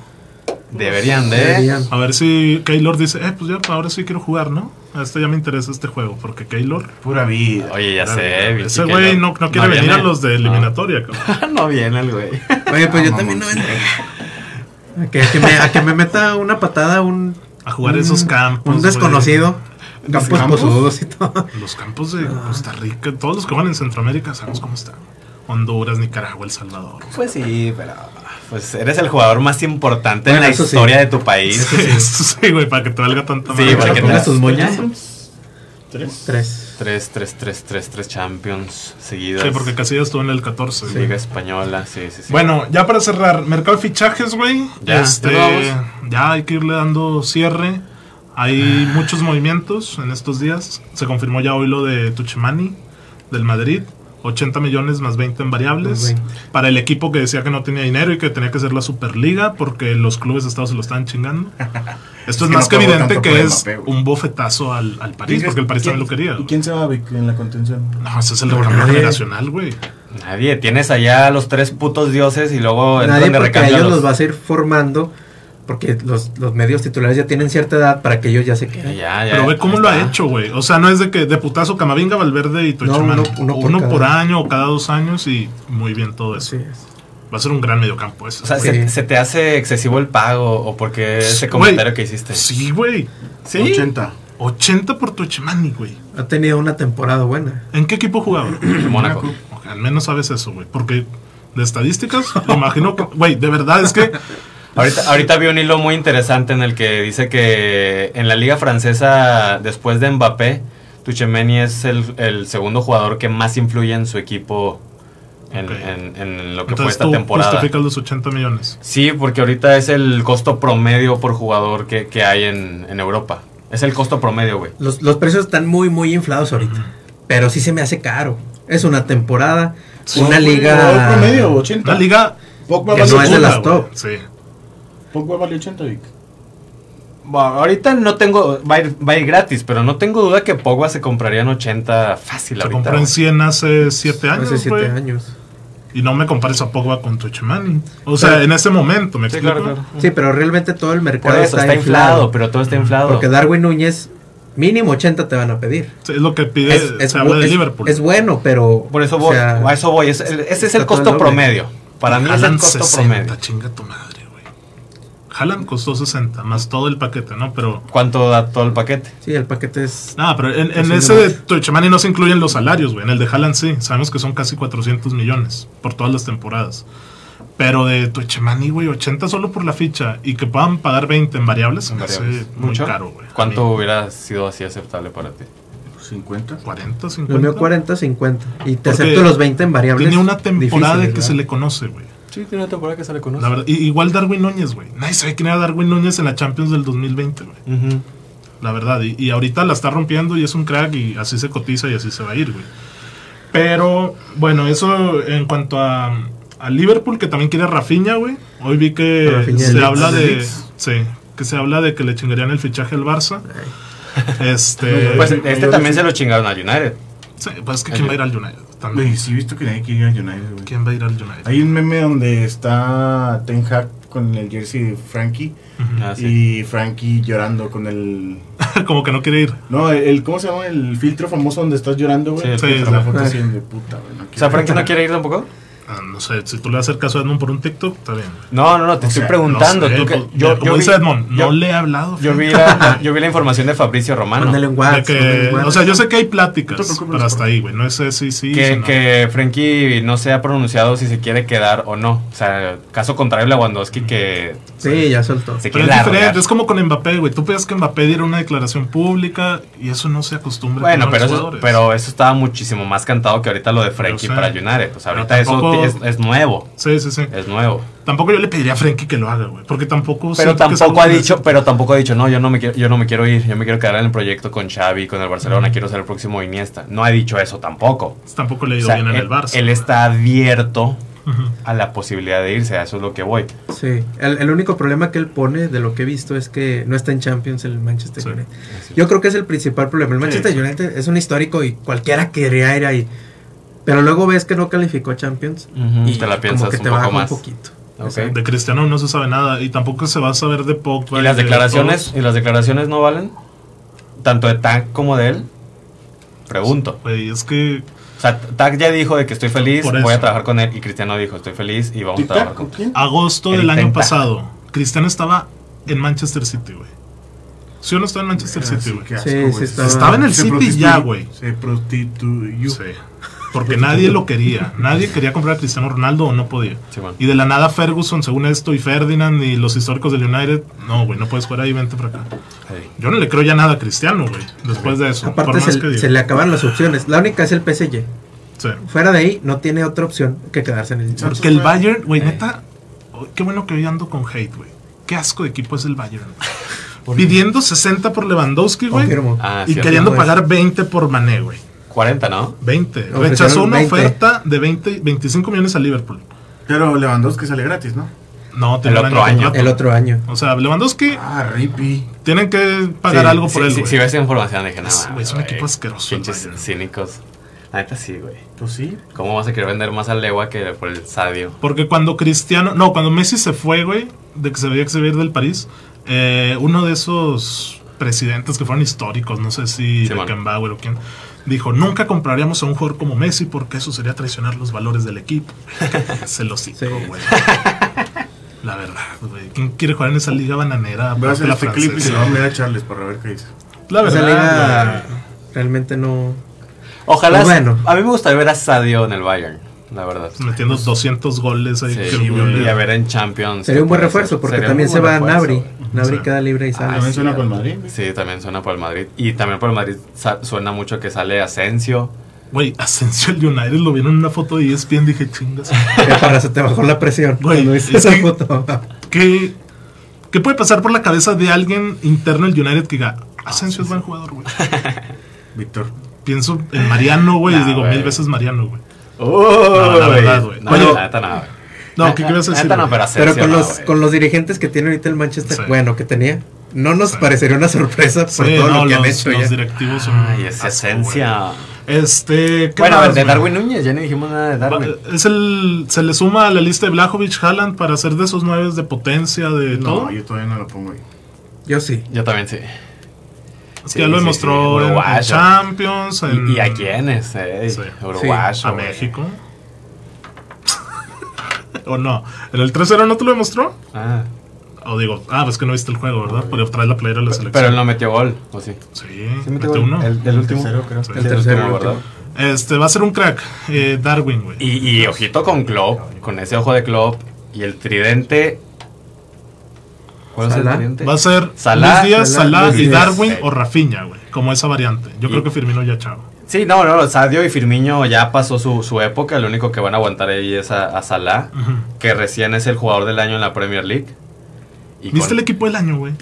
Speaker 2: Deberían de.
Speaker 3: Deberían.
Speaker 1: A ver si Keylor dice, eh, pues ya, ahora sí quiero jugar, ¿no? A este ya me interesa este juego, porque Keylor...
Speaker 4: Pura vida.
Speaker 2: Oye, ya
Speaker 1: Claro,
Speaker 2: sé. Vichy,
Speaker 1: Ese
Speaker 2: que
Speaker 1: güey
Speaker 2: yo-
Speaker 1: no, no quiere venir
Speaker 2: viene. Ah.
Speaker 1: a los de (laughs) eliminatoria, cabrón.
Speaker 2: No, no viene el güey.
Speaker 3: Oye, pues yo
Speaker 4: Ah,
Speaker 3: también no
Speaker 4: mamón.
Speaker 3: vendría. A que, a que me, a que me meta una patada un,
Speaker 1: A jugar esos
Speaker 3: un-
Speaker 1: campos.
Speaker 3: Mm. un
Speaker 1: güey.
Speaker 3: desconocido. Campos
Speaker 4: campos?
Speaker 3: posudos y todo.
Speaker 1: Los campos de Costa Rica, todos los que van en Centroamérica sabemos cómo están. Honduras, Nicaragua, El Salvador.
Speaker 2: (laughs) Pues sí, pero. Pues eres el jugador más importante en
Speaker 3: Bueno,
Speaker 2: la
Speaker 3: eso sí.
Speaker 2: historia de tu país.
Speaker 1: (laughs) Sí, güey, para que te valga tanta
Speaker 2: Sí,
Speaker 1: madre.
Speaker 2: para que te-
Speaker 3: pongas tus moñas.
Speaker 4: Tres.
Speaker 3: Tres.
Speaker 2: Tres, tres, tres, tres, tres Champions seguidas.
Speaker 1: Sí, porque Casillas estuvo en el 14. güey.
Speaker 2: Liga Española, sí, sí, sí.
Speaker 1: Este, Bueno, ya para cerrar, mercado de fichajes, güey.
Speaker 2: Ya,
Speaker 1: Este,
Speaker 2: ya nos vamos.
Speaker 1: ya hay que irle dando cierre. Hay
Speaker 4: Ah.
Speaker 1: muchos movimientos en estos días. Se confirmó ya hoy lo de Tuchimani del Madrid. 80 millones más 20 en variables.
Speaker 3: Más 20.
Speaker 1: Para el equipo que decía que no tenía dinero y que tenía que ser la Superliga porque los clubes de Estados se lo estaban
Speaker 4: (laughs)
Speaker 1: chingando. Esto es,
Speaker 4: que
Speaker 1: más
Speaker 4: no
Speaker 1: que
Speaker 4: pagó
Speaker 1: evidente
Speaker 4: tanto
Speaker 1: que
Speaker 4: por
Speaker 1: es
Speaker 4: Mbappé, güey.
Speaker 1: un bofetazo al, al París
Speaker 4: ¿Quién
Speaker 1: porque el París
Speaker 4: quién-
Speaker 1: también lo quería.
Speaker 4: ¿Y
Speaker 1: güey.
Speaker 4: quién se va Vic, en la contención?
Speaker 1: No, ese es el
Speaker 3: Pero
Speaker 1: recambio
Speaker 3: nadie-
Speaker 1: generacional, güey.
Speaker 2: Nadie, tienes allá a los tres putos dioses y luego entran
Speaker 3: Nadie
Speaker 2: de
Speaker 3: porque a
Speaker 2: recambio a
Speaker 3: ellos
Speaker 2: los-
Speaker 3: los vas a ir formando porque los, los medios titulares ya tienen cierta edad para que ellos ya se
Speaker 2: Ya,
Speaker 3: queden.
Speaker 2: ya.
Speaker 1: Pero ve
Speaker 2: ya
Speaker 1: cómo lo ha
Speaker 2: Eh, está.
Speaker 1: hecho, güey. O sea, no es de que de putazo Camavinga, Valverde y Toichimán.
Speaker 3: uno-
Speaker 1: uno,
Speaker 3: uno por
Speaker 1: por,
Speaker 3: cada-
Speaker 1: año o cada dos años y muy bien todo eso.
Speaker 3: Así es.
Speaker 1: Va a ser un gran mediocampo eso.
Speaker 2: O sea,
Speaker 3: Sí.
Speaker 2: se, se te hace excesivo el pago o porque ese
Speaker 1: Güey,
Speaker 2: comentario que hiciste.
Speaker 1: Sí, güey.
Speaker 2: Sí.
Speaker 4: 80.
Speaker 1: 80 por Toichimani, güey.
Speaker 3: Ha tenido una temporada buena.
Speaker 1: ¿En qué equipo
Speaker 2: (clears throat)
Speaker 1: jugaba?
Speaker 2: Mónaco.
Speaker 1: (laughs)
Speaker 2: (laughs)
Speaker 1: Ok, al menos sabes eso, güey. Porque de estadísticas, me imagino que... Güey, de verdad es que...
Speaker 2: Ahorita, ahorita vi un hilo muy interesante en el que dice que en la liga francesa, después de Mbappé, Tuchemeni es el, el segundo jugador que más influye en su equipo en,
Speaker 1: Ok.
Speaker 2: en- en lo que fue
Speaker 1: Entonces
Speaker 2: esta
Speaker 1: tú
Speaker 2: temporada.
Speaker 1: justificas los 80 millones.
Speaker 2: Sí, porque ahorita es el costo promedio por jugador que, que hay en, en Europa. Es el costo promedio, güey.
Speaker 3: Los, los precios están muy, muy inflados ahorita. Pero sí se me hace caro. Es una temporada, una
Speaker 4: Fue jugador
Speaker 3: liga.
Speaker 4: promedio, 80.
Speaker 1: La liga
Speaker 4: Pogba
Speaker 3: que no es
Speaker 4: vale
Speaker 3: de
Speaker 4: 80.
Speaker 1: segunda,
Speaker 3: las
Speaker 1: güey.
Speaker 3: top.
Speaker 1: Sí.
Speaker 4: Pogba vale 80, Vic.
Speaker 2: Bueno, ahorita no tengo. Va a, ir, va a ir gratis, pero no tengo duda que Pogba se compraría en 80 fácil
Speaker 1: Se
Speaker 2: ahorita.
Speaker 1: compró en
Speaker 2: güey.
Speaker 1: 100 hace 7 años.
Speaker 3: Hace siete
Speaker 1: Este güey.
Speaker 3: años.
Speaker 1: Y no me compares a Pogba con Tuchemani. O sea,
Speaker 3: Pero-
Speaker 1: en ese momento, ¿me
Speaker 2: Sí,
Speaker 1: explico?
Speaker 2: claro, claro.
Speaker 3: Sí, pero realmente todo el mercado
Speaker 2: Por eso, está, inflado, pero todo está inflado.
Speaker 3: Porque Darwin Núñez, mínimo 80 te van a pedir.
Speaker 1: Sí, Es lo que pide,
Speaker 3: es, es
Speaker 1: se habla
Speaker 3: bu-
Speaker 1: de
Speaker 3: es-
Speaker 1: Liverpool.
Speaker 3: es bueno, pero.
Speaker 2: Por eso
Speaker 3: o
Speaker 2: voy,
Speaker 3: sea,
Speaker 2: a eso voy. es- el- ese es
Speaker 3: está
Speaker 2: el
Speaker 3: todo
Speaker 2: costo
Speaker 3: el doble.
Speaker 2: promedio. Para mí es el
Speaker 1: Haaland
Speaker 2: costo
Speaker 1: 60,
Speaker 2: promedio.
Speaker 1: chinga tu madre, güey. Haaland costó 60, más todo el paquete, ¿no? Pero...
Speaker 2: ¿Cuánto da todo el paquete?
Speaker 3: Sí, el paquete es.
Speaker 1: Nada, pero en, en
Speaker 3: Sí,
Speaker 1: ese
Speaker 3: no.
Speaker 1: de Tuchemani no se incluyen los salarios, güey. En el de Haaland sí. Sabemos que son casi 400 millones por todas las temporadas. Pero de Tuchemani, güey, 80 solo por la ficha. Y que puedan pagar 20 en variables, se me hace
Speaker 2: Variables.
Speaker 1: muy
Speaker 2: ¿Mucho?
Speaker 1: caro, güey.
Speaker 2: ¿Cuánto
Speaker 1: A mí,
Speaker 2: hubiera sido así aceptable para ti?
Speaker 4: 50.
Speaker 1: 40, 50.
Speaker 3: Lo mío 40, 50. Y te
Speaker 1: Porque
Speaker 3: acepto los 20 en variables.
Speaker 1: Tiene una temporada
Speaker 3: difíciles,
Speaker 1: que se
Speaker 3: ¿verdad?
Speaker 1: le conoce, güey.
Speaker 2: Sí, tiene una temporada que se le conoce.
Speaker 1: La verdad, i- igual Darwin Núñez, güey. Nadie sabe quién era Darwin Núñez en la Champions del 2020, güey. La verdad. Y, y ahorita la está rompiendo y es un crack y así se cotiza y así se va a ir, güey. Pero, bueno, eso en cuanto a, a Liverpool, que también quiere a Rafinha, güey. Hoy vi que
Speaker 3: Rafinha
Speaker 1: se
Speaker 3: del Leeds.
Speaker 1: habla
Speaker 4: Del
Speaker 1: de...
Speaker 4: Leeds.
Speaker 1: Sí, que se habla de que le chingarían el fichaje al Barça.
Speaker 3: (laughs)
Speaker 1: Este...
Speaker 2: Pues
Speaker 4: Eh,
Speaker 2: este
Speaker 4: yo
Speaker 2: también
Speaker 4: sí.
Speaker 2: se lo chingaron a United.
Speaker 1: sí, pues es que quién va a ir al United. También.
Speaker 4: Güey, sí he visto que nadie quiere ir a United, güey.
Speaker 1: ¿Quién va a ir al United?
Speaker 4: Hay un meme donde está Ten Hag con el jersey de Frankie
Speaker 1: Ujú.
Speaker 2: Ah, sí.
Speaker 4: y Frankie llorando con el...
Speaker 1: (laughs) Como que no quiere ir.
Speaker 4: No, el, ¿cómo se llama? El filtro famoso donde estás llorando, güey.
Speaker 2: Sí, el
Speaker 4: Sí,
Speaker 1: filtro.
Speaker 4: la foto
Speaker 3: Ah.
Speaker 4: así de puta, güey.
Speaker 2: O sea, Frankie no quiere ir tampoco.
Speaker 1: Ah, no sé, si tú le haces caso a Edmund por un TikTok, está bien. güey.
Speaker 2: No, no, no, te
Speaker 4: O
Speaker 2: estoy
Speaker 4: sea,
Speaker 2: preguntando.
Speaker 1: No sé,
Speaker 2: tú que-
Speaker 1: pues, mira, como dice Edmond,
Speaker 2: yo-
Speaker 1: no le he hablado.
Speaker 2: yo
Speaker 1: fíjate,
Speaker 2: vi la, yo vi la información de Fabricio Romano.
Speaker 3: Mándale un
Speaker 1: de
Speaker 3: WhatsApp.
Speaker 1: que-
Speaker 3: mándale un
Speaker 1: o sea,
Speaker 3: WhatsApp.
Speaker 1: yo sé que hay
Speaker 4: No te
Speaker 1: pláticas,
Speaker 4: preocupes,
Speaker 1: pero hasta
Speaker 4: por-
Speaker 1: ahí, güey. No es eh, sí, sí.
Speaker 2: que,
Speaker 1: sí, no.
Speaker 2: que Frankie no se ha pronunciado si se quiere quedar o no. O sea, caso contrario Lewandowski que
Speaker 3: Sí, ya soltó.
Speaker 2: se
Speaker 1: Pero
Speaker 2: quiere
Speaker 1: es
Speaker 2: largar.
Speaker 1: diferente, es como con Mbappé, güey. Tú pedías que Mbappé diera una declaración pública y eso no se acostumbra.
Speaker 2: Bueno,
Speaker 1: con los
Speaker 2: pero eso,
Speaker 1: jugadores.
Speaker 2: pero eso estaba muchísimo más cantado que ahorita lo de Frankie
Speaker 1: Yo sé.
Speaker 2: para United. Pues
Speaker 1: Pero
Speaker 2: ahorita eso
Speaker 1: tampoco-
Speaker 2: es, es nuevo.
Speaker 1: Sí, sí, sí.
Speaker 2: Es nuevo.
Speaker 1: Tampoco yo le pediría a Frenkie que lo haga, güey. Porque tampoco.
Speaker 2: Pero
Speaker 1: siento que es algo
Speaker 2: tampoco ha
Speaker 1: que-
Speaker 2: dicho, pero tampoco ha dicho, no, yo no me quiero, yo no me quiero ir, yo me quiero quedar en el proyecto con Xavi, con el Barcelona, quiero ser el próximo Iniesta. No ha dicho eso tampoco.
Speaker 1: Tampoco le ha
Speaker 2: O
Speaker 1: ido
Speaker 2: sea,
Speaker 1: bien en
Speaker 2: él,
Speaker 1: el Barça.
Speaker 2: él está abierto
Speaker 1: Ujú.
Speaker 2: a la posibilidad de irse, a eso es lo que voy.
Speaker 3: Sí. El, el único problema que él pone, de lo que he visto, es que no está en Champions el Manchester
Speaker 1: Sí.
Speaker 3: United. Yo creo que es el principal problema. El Manchester United es un histórico y cualquiera quería ir ahí. Pero luego ves que no calificó a Champions.
Speaker 2: Ujú,
Speaker 3: y
Speaker 2: Mm, te la piensas
Speaker 3: como que
Speaker 2: un
Speaker 3: te
Speaker 2: poco
Speaker 3: baja
Speaker 2: más.
Speaker 3: un poquito.
Speaker 2: Ok.
Speaker 3: Exacto.
Speaker 1: De Cristiano no se sabe nada y tampoco se va a saber de Pogba.
Speaker 2: ¿Y las
Speaker 1: de
Speaker 2: declaraciones?
Speaker 1: todos.
Speaker 2: ¿Y las declaraciones no valen? Tanto de Tag como de él. Pregunto.
Speaker 1: Güey, es que.
Speaker 2: O sea, Tag ya dijo de que estoy feliz,
Speaker 1: Por eso.
Speaker 2: voy a trabajar con él. Y Cristiano dijo, estoy fez y vamos a trabajar
Speaker 4: ¿Tic-tac?
Speaker 2: juntos.
Speaker 4: quién?
Speaker 1: Agosto del
Speaker 2: Eric
Speaker 1: año
Speaker 2: Ten Hag.
Speaker 1: pasado, Cristiano estaba en Manchester City, güey. Si uno está en Manchester
Speaker 4: Ah,
Speaker 1: City,
Speaker 4: sí,
Speaker 1: güey.
Speaker 4: qué
Speaker 3: Sí,
Speaker 4: güey.
Speaker 3: sí estaba-
Speaker 1: Estaba en el
Speaker 4: Se
Speaker 1: City
Speaker 4: prostituyó-
Speaker 1: ya, güey.
Speaker 4: Se prostituyó.
Speaker 1: Sí. Porque nadie lo quería. Nadie quería comprar a Cristiano Ronaldo o no podía.
Speaker 2: Sí, bueno.
Speaker 1: Y de la nada Ferguson, según esto, y Ferdinand y los históricos del United. No, güey, no puedes jugar ahí, vente para acá.
Speaker 2: Sí.
Speaker 1: Yo no le creo ya nada a Cristiano, güey. Después de eso. por
Speaker 3: Aparte
Speaker 1: más que
Speaker 3: se,
Speaker 1: diga.
Speaker 3: se le acaban las opciones. La única es el PSG.
Speaker 1: Sí.
Speaker 3: Fuera de ahí no tiene otra opción que quedarse en el
Speaker 1: Porque el
Speaker 4: fue-
Speaker 1: Bayern, güey,
Speaker 2: Eh.
Speaker 1: neta. oh, Qué bueno que hoy ando con hate, güey. Qué asco de equipo es el Bayern. Pidiendo 60 por Lewandowski, güey.
Speaker 3: Confirmo.
Speaker 2: Ah,
Speaker 1: Y
Speaker 2: sí,
Speaker 1: queriendo
Speaker 3: no,
Speaker 1: pagar 20 por Mané, güey.
Speaker 2: 40, ¿no?
Speaker 1: 20.
Speaker 3: Ofrecieron
Speaker 1: Rechazó una
Speaker 3: 20.
Speaker 1: oferta de 20, 25 millones a Liverpool.
Speaker 4: Pero Lewandowski sale gratis, ¿no?
Speaker 1: No,
Speaker 2: El
Speaker 1: tiene un
Speaker 2: otro
Speaker 1: de
Speaker 2: año.
Speaker 1: contrato.
Speaker 3: El otro año.
Speaker 1: O sea, Lewandowski
Speaker 4: Ah, Rippy.
Speaker 1: tienen que pagar
Speaker 2: Sí,
Speaker 1: algo por
Speaker 2: sí,
Speaker 1: él,
Speaker 2: sí,
Speaker 1: güey.
Speaker 2: Si ves esa información, dije, nada.
Speaker 1: Es- güey, es un equipo asqueroso, el
Speaker 2: Pinches
Speaker 1: Bayern.
Speaker 2: cínicos. La neta sí, güey.
Speaker 4: Pues sí.
Speaker 2: ¿Cómo vas a querer vender más al Legua que por el Sadio?
Speaker 1: Porque cuando Cristiano, no, cuando Messi se fue, güey, de que se veía que se iba a ir del París, eh, uno de esos presidentes que fueron históricos, no sé si
Speaker 2: Sí, man.
Speaker 1: Beckenbauer o quién, dijo, nunca compraríamos a un jugador como Messi porque eso sería traicionar los valores del
Speaker 2: (laughs)
Speaker 1: equipo. se los
Speaker 3: Sí.
Speaker 1: güey. La verdad, güey. ¿Quién quiere jugar en esa liga bananera?
Speaker 4: Voy a hacer
Speaker 1: la
Speaker 4: este clip y se lo
Speaker 1: francesa?
Speaker 4: voy a enviar a Charles para ver qué dice.
Speaker 1: La
Speaker 3: Esa
Speaker 1: verdad,
Speaker 3: liga realmente no.
Speaker 2: Ojalá.
Speaker 3: Pues bueno.
Speaker 2: A mí me gustaría ver a Sadio en el Bayern. la verdad.
Speaker 1: metiendo 200 goles ahí.
Speaker 2: Sí,
Speaker 1: que
Speaker 2: y,
Speaker 1: el Mundial-
Speaker 2: a ver en Champions.
Speaker 3: Sería un buen
Speaker 2: ¿qué puede
Speaker 3: refuerzo
Speaker 2: ser?
Speaker 3: porque
Speaker 2: Sería
Speaker 3: también
Speaker 2: muy
Speaker 3: se
Speaker 2: buen
Speaker 3: va
Speaker 2: refuerzo,
Speaker 3: Nabri.
Speaker 2: güey.
Speaker 3: Nabri
Speaker 1: Sí.
Speaker 3: queda libre y
Speaker 1: Ah,
Speaker 3: sale.
Speaker 4: También suena
Speaker 2: sí,
Speaker 4: con Madrid.
Speaker 2: Sí, también suena para el Madrid. Y también para el Madrid sa- suena mucho que sale Asensio.
Speaker 1: Güey, Asensio el United lo vieron en una foto de E ESPN. Dije, chingas.
Speaker 3: Que para se te bajó la presión
Speaker 1: Güey,
Speaker 3: cuando hice
Speaker 1: es
Speaker 3: esa
Speaker 1: que-
Speaker 3: foto.
Speaker 1: ¿Qué, ¿Qué puede pasar por la cabeza de alguien interno del United que diga, Asensio es buen jugador,
Speaker 2: (laughs)
Speaker 1: güey?
Speaker 4: Víctor.
Speaker 1: Pienso en Mariano, güey, y
Speaker 2: Nah,
Speaker 1: digo
Speaker 2: güey.
Speaker 1: mil veces Mariano, güey.
Speaker 2: No,
Speaker 1: la verdad, güey.
Speaker 2: No,
Speaker 1: Bueno,
Speaker 2: la neta no. güey.
Speaker 1: No, ¿qué quieres
Speaker 2: La
Speaker 1: decir?
Speaker 2: neta no,
Speaker 1: güey?
Speaker 2: pero Asensio
Speaker 3: Pero con
Speaker 2: no,
Speaker 3: los,
Speaker 2: güey.
Speaker 3: con los dirigentes que tiene ahorita el Manchester,
Speaker 1: Sí.
Speaker 3: bueno, que tenía, no nos parecería una sorpresa por
Speaker 1: Sí,
Speaker 3: todo
Speaker 1: no,
Speaker 3: lo que han
Speaker 1: los-
Speaker 3: hecho
Speaker 1: los
Speaker 3: ya.
Speaker 1: directivos son
Speaker 2: Ay, esa
Speaker 1: asco,
Speaker 2: Asensio.
Speaker 1: güey. Este, ¿qué
Speaker 2: Bueno, a ver,
Speaker 1: más,
Speaker 2: de
Speaker 1: güey?
Speaker 2: Darwin Núñez, ya no dijimos nada de Darwin.
Speaker 1: Va- Es el, se le suma a la lista de Blajovic Haaland para ser de esos nueve de potencia, de todo.
Speaker 4: No, yo todavía no lo pongo ahí.
Speaker 3: Yo sí.
Speaker 2: Yo también sí.
Speaker 1: Es
Speaker 2: sí,
Speaker 1: que ya lo
Speaker 2: sí,
Speaker 1: demostró
Speaker 2: sí,
Speaker 1: en- en,
Speaker 2: uruguayo.
Speaker 1: Champions. en-
Speaker 2: ¿Y, y a quiénes? Eh?
Speaker 1: Sí.
Speaker 2: Uruguayo.
Speaker 1: A
Speaker 2: güey.
Speaker 1: México. (laughs) ¿O no? ¿En el 3-0 no te lo demostró?
Speaker 2: Ah,
Speaker 1: O digo, ah, pues que no viste el juego, ¿verdad? Por traer la playera de la selección.
Speaker 2: pero él no metió gol, ¿o sí?
Speaker 1: Sí, mete
Speaker 2: ¿Sí metió gol?
Speaker 1: uno.
Speaker 2: El, el último.
Speaker 4: tercero, creo.
Speaker 2: Sí,
Speaker 1: El
Speaker 2: el
Speaker 3: tercero,
Speaker 2: último,
Speaker 3: el último.
Speaker 2: ¿verdad?
Speaker 1: Este va a ser un crack, eh, Darwin, güey.
Speaker 2: Y, y ojito con Klopp, con ese ojo de Klopp y el tridente. ¿Cuál es el
Speaker 3: Salah.
Speaker 2: tridente?
Speaker 1: Va a ser
Speaker 2: Salah,
Speaker 1: Luis Díaz,
Speaker 3: Salah,
Speaker 1: Salah,
Speaker 3: Luis
Speaker 1: y
Speaker 3: Díaz.
Speaker 1: Darwin
Speaker 2: Sí.
Speaker 1: o Rafinha, güey. Como esa variante. Yo
Speaker 2: Y-
Speaker 1: creo que Firmino ya chavo.
Speaker 2: Sí, no, no, Sadio y Firmino ya pasó su, su época, lo único que van a aguantar ahí es a, a Salah,
Speaker 1: Ujú.
Speaker 2: que recién es el jugador del año en la Premier League. Y
Speaker 1: ¿Viste
Speaker 2: con-
Speaker 1: el equipo del año, güey?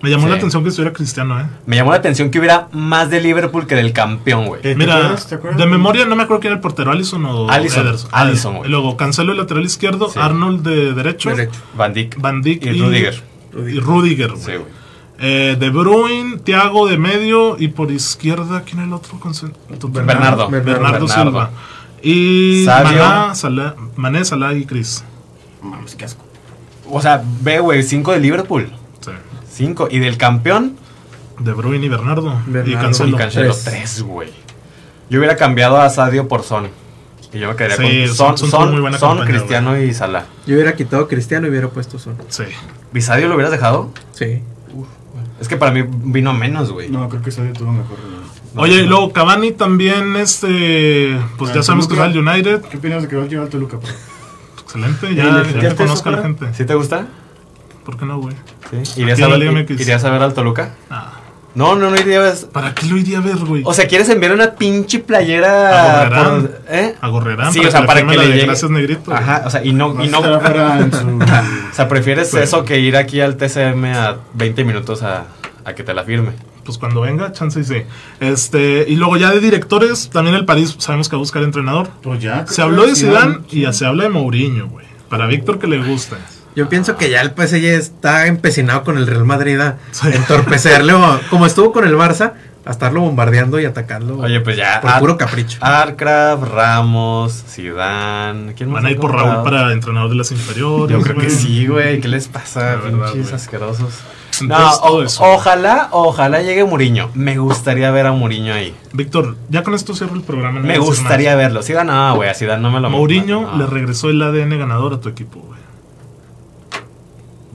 Speaker 1: Me llamó
Speaker 2: Sí.
Speaker 1: la atención que estuviera Cristiano, ¿eh?
Speaker 2: Me llamó la atención que hubiera más de Liverpool que del campeón, güey.
Speaker 4: Eh, ¿te
Speaker 1: Mira,
Speaker 4: acuerdas? ¿Te acuerdas?
Speaker 1: de memoria no me acuerdo quién era el portero, Allison o
Speaker 2: Alisson,
Speaker 1: Ederson.
Speaker 2: Alisson, güey.
Speaker 1: Luego Cancelo el lateral izquierdo,
Speaker 2: Sí.
Speaker 1: Arnold de derecho,
Speaker 3: Derecho.
Speaker 2: Van Dijk
Speaker 1: Van Dijk
Speaker 2: y Rudiger.
Speaker 1: Y Rudiger, güey.
Speaker 2: Sí, güey.
Speaker 1: Eh, de Bruin, Thiago de medio y por izquierda, ¿quién era el otro? con cen- Bernardo,
Speaker 2: Bernardo. Bernardo.
Speaker 1: Silva. Y
Speaker 2: Sabio.
Speaker 1: Maná, Salah, Mané, Salah y Chris.
Speaker 4: Mames, qué asco.
Speaker 2: O sea, ve, güey, cinco de Liverpool.
Speaker 1: Sí.
Speaker 2: Cinco. Y del campeón,
Speaker 1: De Bruin y Bernardo. Y
Speaker 3: Bernardo.
Speaker 2: y
Speaker 1: Cancelo.
Speaker 2: Cancelo
Speaker 3: tres.
Speaker 2: tres, güey. Yo hubiera cambiado a Sadio por Son. Y yo me quedaría
Speaker 1: Sí,
Speaker 2: con
Speaker 1: Son-
Speaker 2: Son,
Speaker 1: Son
Speaker 2: Son,
Speaker 1: tuvo muy buena
Speaker 2: Son,
Speaker 1: campaña,
Speaker 2: Cristiano y Salah.
Speaker 3: Yo hubiera quitado Cristiano y hubiera puesto Son.
Speaker 1: Sí.
Speaker 2: ¿Y Sadio lo hubieras dejado?
Speaker 3: Sí.
Speaker 2: Es que para mí vino menos, güey.
Speaker 4: No, creo que Sadio tuvo mejor.
Speaker 1: Oye, y luego Cavani también, este. Pues
Speaker 4: Ah,
Speaker 1: ya sabemos que
Speaker 4: Toluca.
Speaker 1: sale al United.
Speaker 4: ¿Qué opinas de que va a llevar al Toluca? pa?
Speaker 1: Excelente,
Speaker 2: ¿Y
Speaker 1: ya,
Speaker 2: le
Speaker 1: ya
Speaker 2: quitaste
Speaker 1: que conozco a la
Speaker 2: eso,
Speaker 1: gente.
Speaker 2: ¿Sí te gusta?
Speaker 1: ¿Por qué no, güey?
Speaker 2: Sí.
Speaker 1: Aquí
Speaker 2: ¿Irías
Speaker 1: en
Speaker 2: a,
Speaker 1: la
Speaker 2: ver,
Speaker 1: Liga MX.
Speaker 2: ¿Irías a ver al Toluca?
Speaker 1: Ah,
Speaker 2: No, no, no irías.
Speaker 1: ¿Para qué lo iría a ver, güey?
Speaker 2: O sea, ¿quieres enviar una pinche playera?
Speaker 1: A Gorrerán.
Speaker 2: por- ¿Eh?
Speaker 1: Agorrerán
Speaker 2: Sí, o sea, para que le llegue.
Speaker 1: Gracias, negrito. güey.
Speaker 2: Ajá, o sea, y no.
Speaker 4: No
Speaker 2: Y no
Speaker 4: estará fuera en su-
Speaker 2: o sea, prefieres
Speaker 1: Pues-
Speaker 2: eso que ir aquí al TCM a 20 minutos a, a que te la firme.
Speaker 1: Pues cuando venga, chance y sí. Este, y luego ya de directores, también el París sabemos que va a buscar entrenador.
Speaker 4: (laughs) Pues ya.
Speaker 1: Se habló de Zidane y ya se habla de Mourinho, güey. Para Víctor que le gusta.
Speaker 3: Yo pienso que ya el PSG está empecinado con el Real Madrid a
Speaker 1: Sí.
Speaker 3: entorpecerle, o- (laughs) como estuvo con el Barça, a estarlo bombardeando y atacando
Speaker 2: Oye, pues ya.
Speaker 3: por
Speaker 2: Ar-
Speaker 3: puro capricho.
Speaker 2: Arcraft, Ramos, Zidane. ¿Quién más
Speaker 1: Van a
Speaker 2: han
Speaker 1: ir por
Speaker 2: comprado?
Speaker 1: Raúl para entrenador de las inferiores.
Speaker 2: Yo creo que
Speaker 1: güey.
Speaker 2: sí, güey. ¿Qué les pasa,
Speaker 1: La verdad,
Speaker 2: pinches
Speaker 1: güey.
Speaker 2: asquerosos?
Speaker 1: Entonces,
Speaker 2: No,
Speaker 1: todo
Speaker 2: o-
Speaker 1: eso.
Speaker 2: ojalá, ojalá llegue Muriño. Me gustaría ver a Muriño ahí.
Speaker 1: Víctor, ya con esto cierro el programa. no
Speaker 2: Me
Speaker 1: voy a decir
Speaker 2: gustaría
Speaker 1: más.
Speaker 2: verlo. Zidane, no, güey. A Zidane no me lo
Speaker 1: Mourinho
Speaker 2: no.
Speaker 1: le regresó el ADN ganador a tu equipo, güey.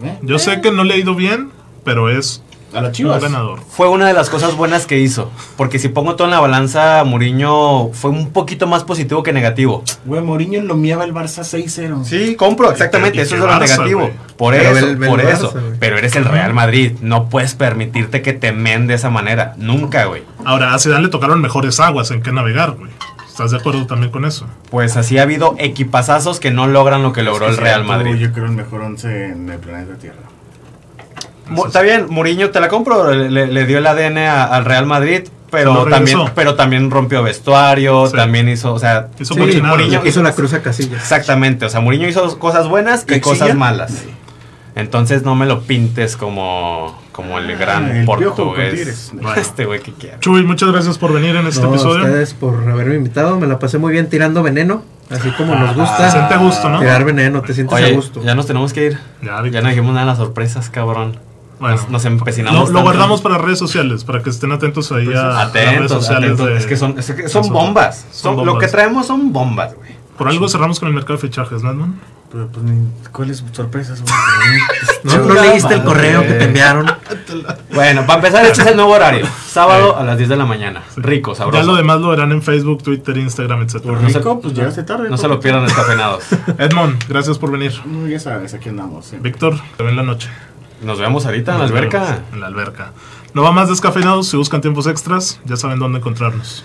Speaker 4: ¿Eh?
Speaker 1: Yo sé que no le ha ido bien, pero es
Speaker 4: A la
Speaker 1: un
Speaker 4: Chivas.
Speaker 1: ganador.
Speaker 2: Fue una de las cosas buenas que hizo. Porque si pongo todo en la balanza, Muriño fue un poquito más positivo que negativo.
Speaker 4: Güey, Mourinho lo miaba el Barça 6-0.
Speaker 2: Sí, compro,
Speaker 1: Y
Speaker 2: exactamente. Eso
Speaker 1: que
Speaker 2: es lo
Speaker 1: Barça,
Speaker 2: negativo.
Speaker 1: güey.
Speaker 2: Por
Speaker 3: Pero
Speaker 2: eso,
Speaker 3: ve el- ve el
Speaker 2: por
Speaker 3: Barça,
Speaker 2: eso.
Speaker 3: güey.
Speaker 2: Pero eres el Real Madrid. No puedes permitirte que te men de esa manera. Nunca, güey.
Speaker 1: Ahora, a Zidane le tocaron mejores aguas en que navegar, güey. ¿Estás de acuerdo también con eso?
Speaker 2: Pues así ha habido equipazazos que no logran lo que logró
Speaker 4: Es
Speaker 2: el
Speaker 4: que
Speaker 2: Real
Speaker 4: Zidane tuvo,
Speaker 2: Madrid.
Speaker 4: Yo creo el mejor 11 en el planeta Tierra.
Speaker 2: Mu- Está bien, Muriño te la compro, le, le- le dio el ADN a- al Real Madrid,
Speaker 1: Lo
Speaker 2: pero
Speaker 1: regresó.
Speaker 2: también, pero también rompió vestuario,
Speaker 1: Sí.
Speaker 2: también hizo, o sea,
Speaker 1: Hizo
Speaker 3: Sí,
Speaker 1: cochinada.
Speaker 2: Mourinho-
Speaker 3: hizo la cruz a Casillas.
Speaker 2: exactamente, o sea, Muriño hizo cosas buenas y
Speaker 4: ¿Caixinha?
Speaker 2: cosas malas. Entonces no me lo pintes como, como el gran
Speaker 4: Ah, el Piojo con
Speaker 2: portugués. (laughs)
Speaker 4: Tigres.
Speaker 2: Bueno, Este güey que quiere.
Speaker 1: Chuy, muchas gracias por venir en este
Speaker 3: No, a
Speaker 1: episodio.
Speaker 3: ustedes por haberme invitado, me la pasé muy bien tirando veneno, así como nos
Speaker 1: Se siente a
Speaker 3: gusta
Speaker 1: gusto, ¿no?
Speaker 3: tirar veneno, te sientes a
Speaker 2: Ah, Oye,
Speaker 3: gusto.
Speaker 2: ya nos tenemos que ir.
Speaker 1: Ya, Víctor.
Speaker 2: Ya no dijimos nada de las sorpresas, cabrón.
Speaker 1: Bueno.
Speaker 2: nos, nos empecinamos.
Speaker 1: Lo, lo
Speaker 2: tanto. Pues,
Speaker 1: guardamos para redes sociales, para que estén atentos ahí a, a las redes
Speaker 2: Atentos,
Speaker 1: sociales.
Speaker 2: atentos.
Speaker 1: de-
Speaker 2: Es que son, es que son
Speaker 1: Son-
Speaker 2: bombas.
Speaker 1: son
Speaker 2: Son- Lo
Speaker 1: bombas.
Speaker 2: que traemos son bombas, güey.
Speaker 1: Por algo cerramos con el mercado de fichajes, Natman.
Speaker 4: Pero pues, ¿cuáles (laughs) sorpresas?
Speaker 3: No, no
Speaker 2: Chingada
Speaker 3: leíste el
Speaker 2: madre.
Speaker 3: correo que te enviaron.
Speaker 2: Bueno, para empezar, este es el nuevo
Speaker 1: (laughs)
Speaker 2: horario. Sábado a las 10 de la mañana. Rico,
Speaker 1: Ya lo
Speaker 2: sabroso.
Speaker 1: demás lo verán en Facebook, Twitter, Instagram, etc.
Speaker 4: Por
Speaker 2: se-
Speaker 4: rico, pues llegaste tarde.
Speaker 2: No se lo
Speaker 1: (laughs)
Speaker 2: pierdan descafeinados.
Speaker 1: Edmond, gracias por venir.
Speaker 4: No, Pues, ya sabes, aquí andamos. ¿eh?
Speaker 1: Víctor, te veo en la noche.
Speaker 2: Nos vemos ahorita en la
Speaker 1: Nos
Speaker 2: alberca.
Speaker 1: vemos En la alberca. No va más descafeinados. Si buscan tiempos extras, ya saben dónde encontrarnos.